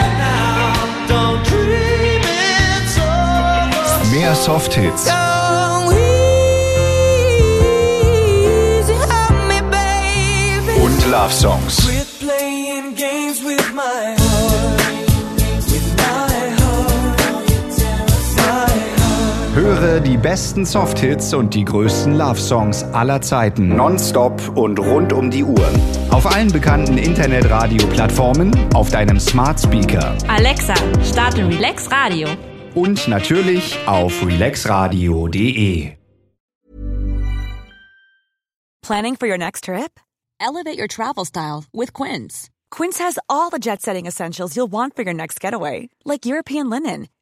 A: Mehr Soft-Hits. Und Love Songs. Höre die besten Soft-Hits und die größten Love-Songs aller Zeiten. Nonstop und rund um die Uhr. Auf allen bekannten Internetradio-Plattformen, auf deinem Smart Speaker
C: Alexa, starte Relax Radio.
A: und natürlich auf relaxradio.de.
F: Planning for your next trip?
G: Elevate your travel style with Quince.
F: Quince has all the jet setting essentials you'll want for your next getaway, like European linen,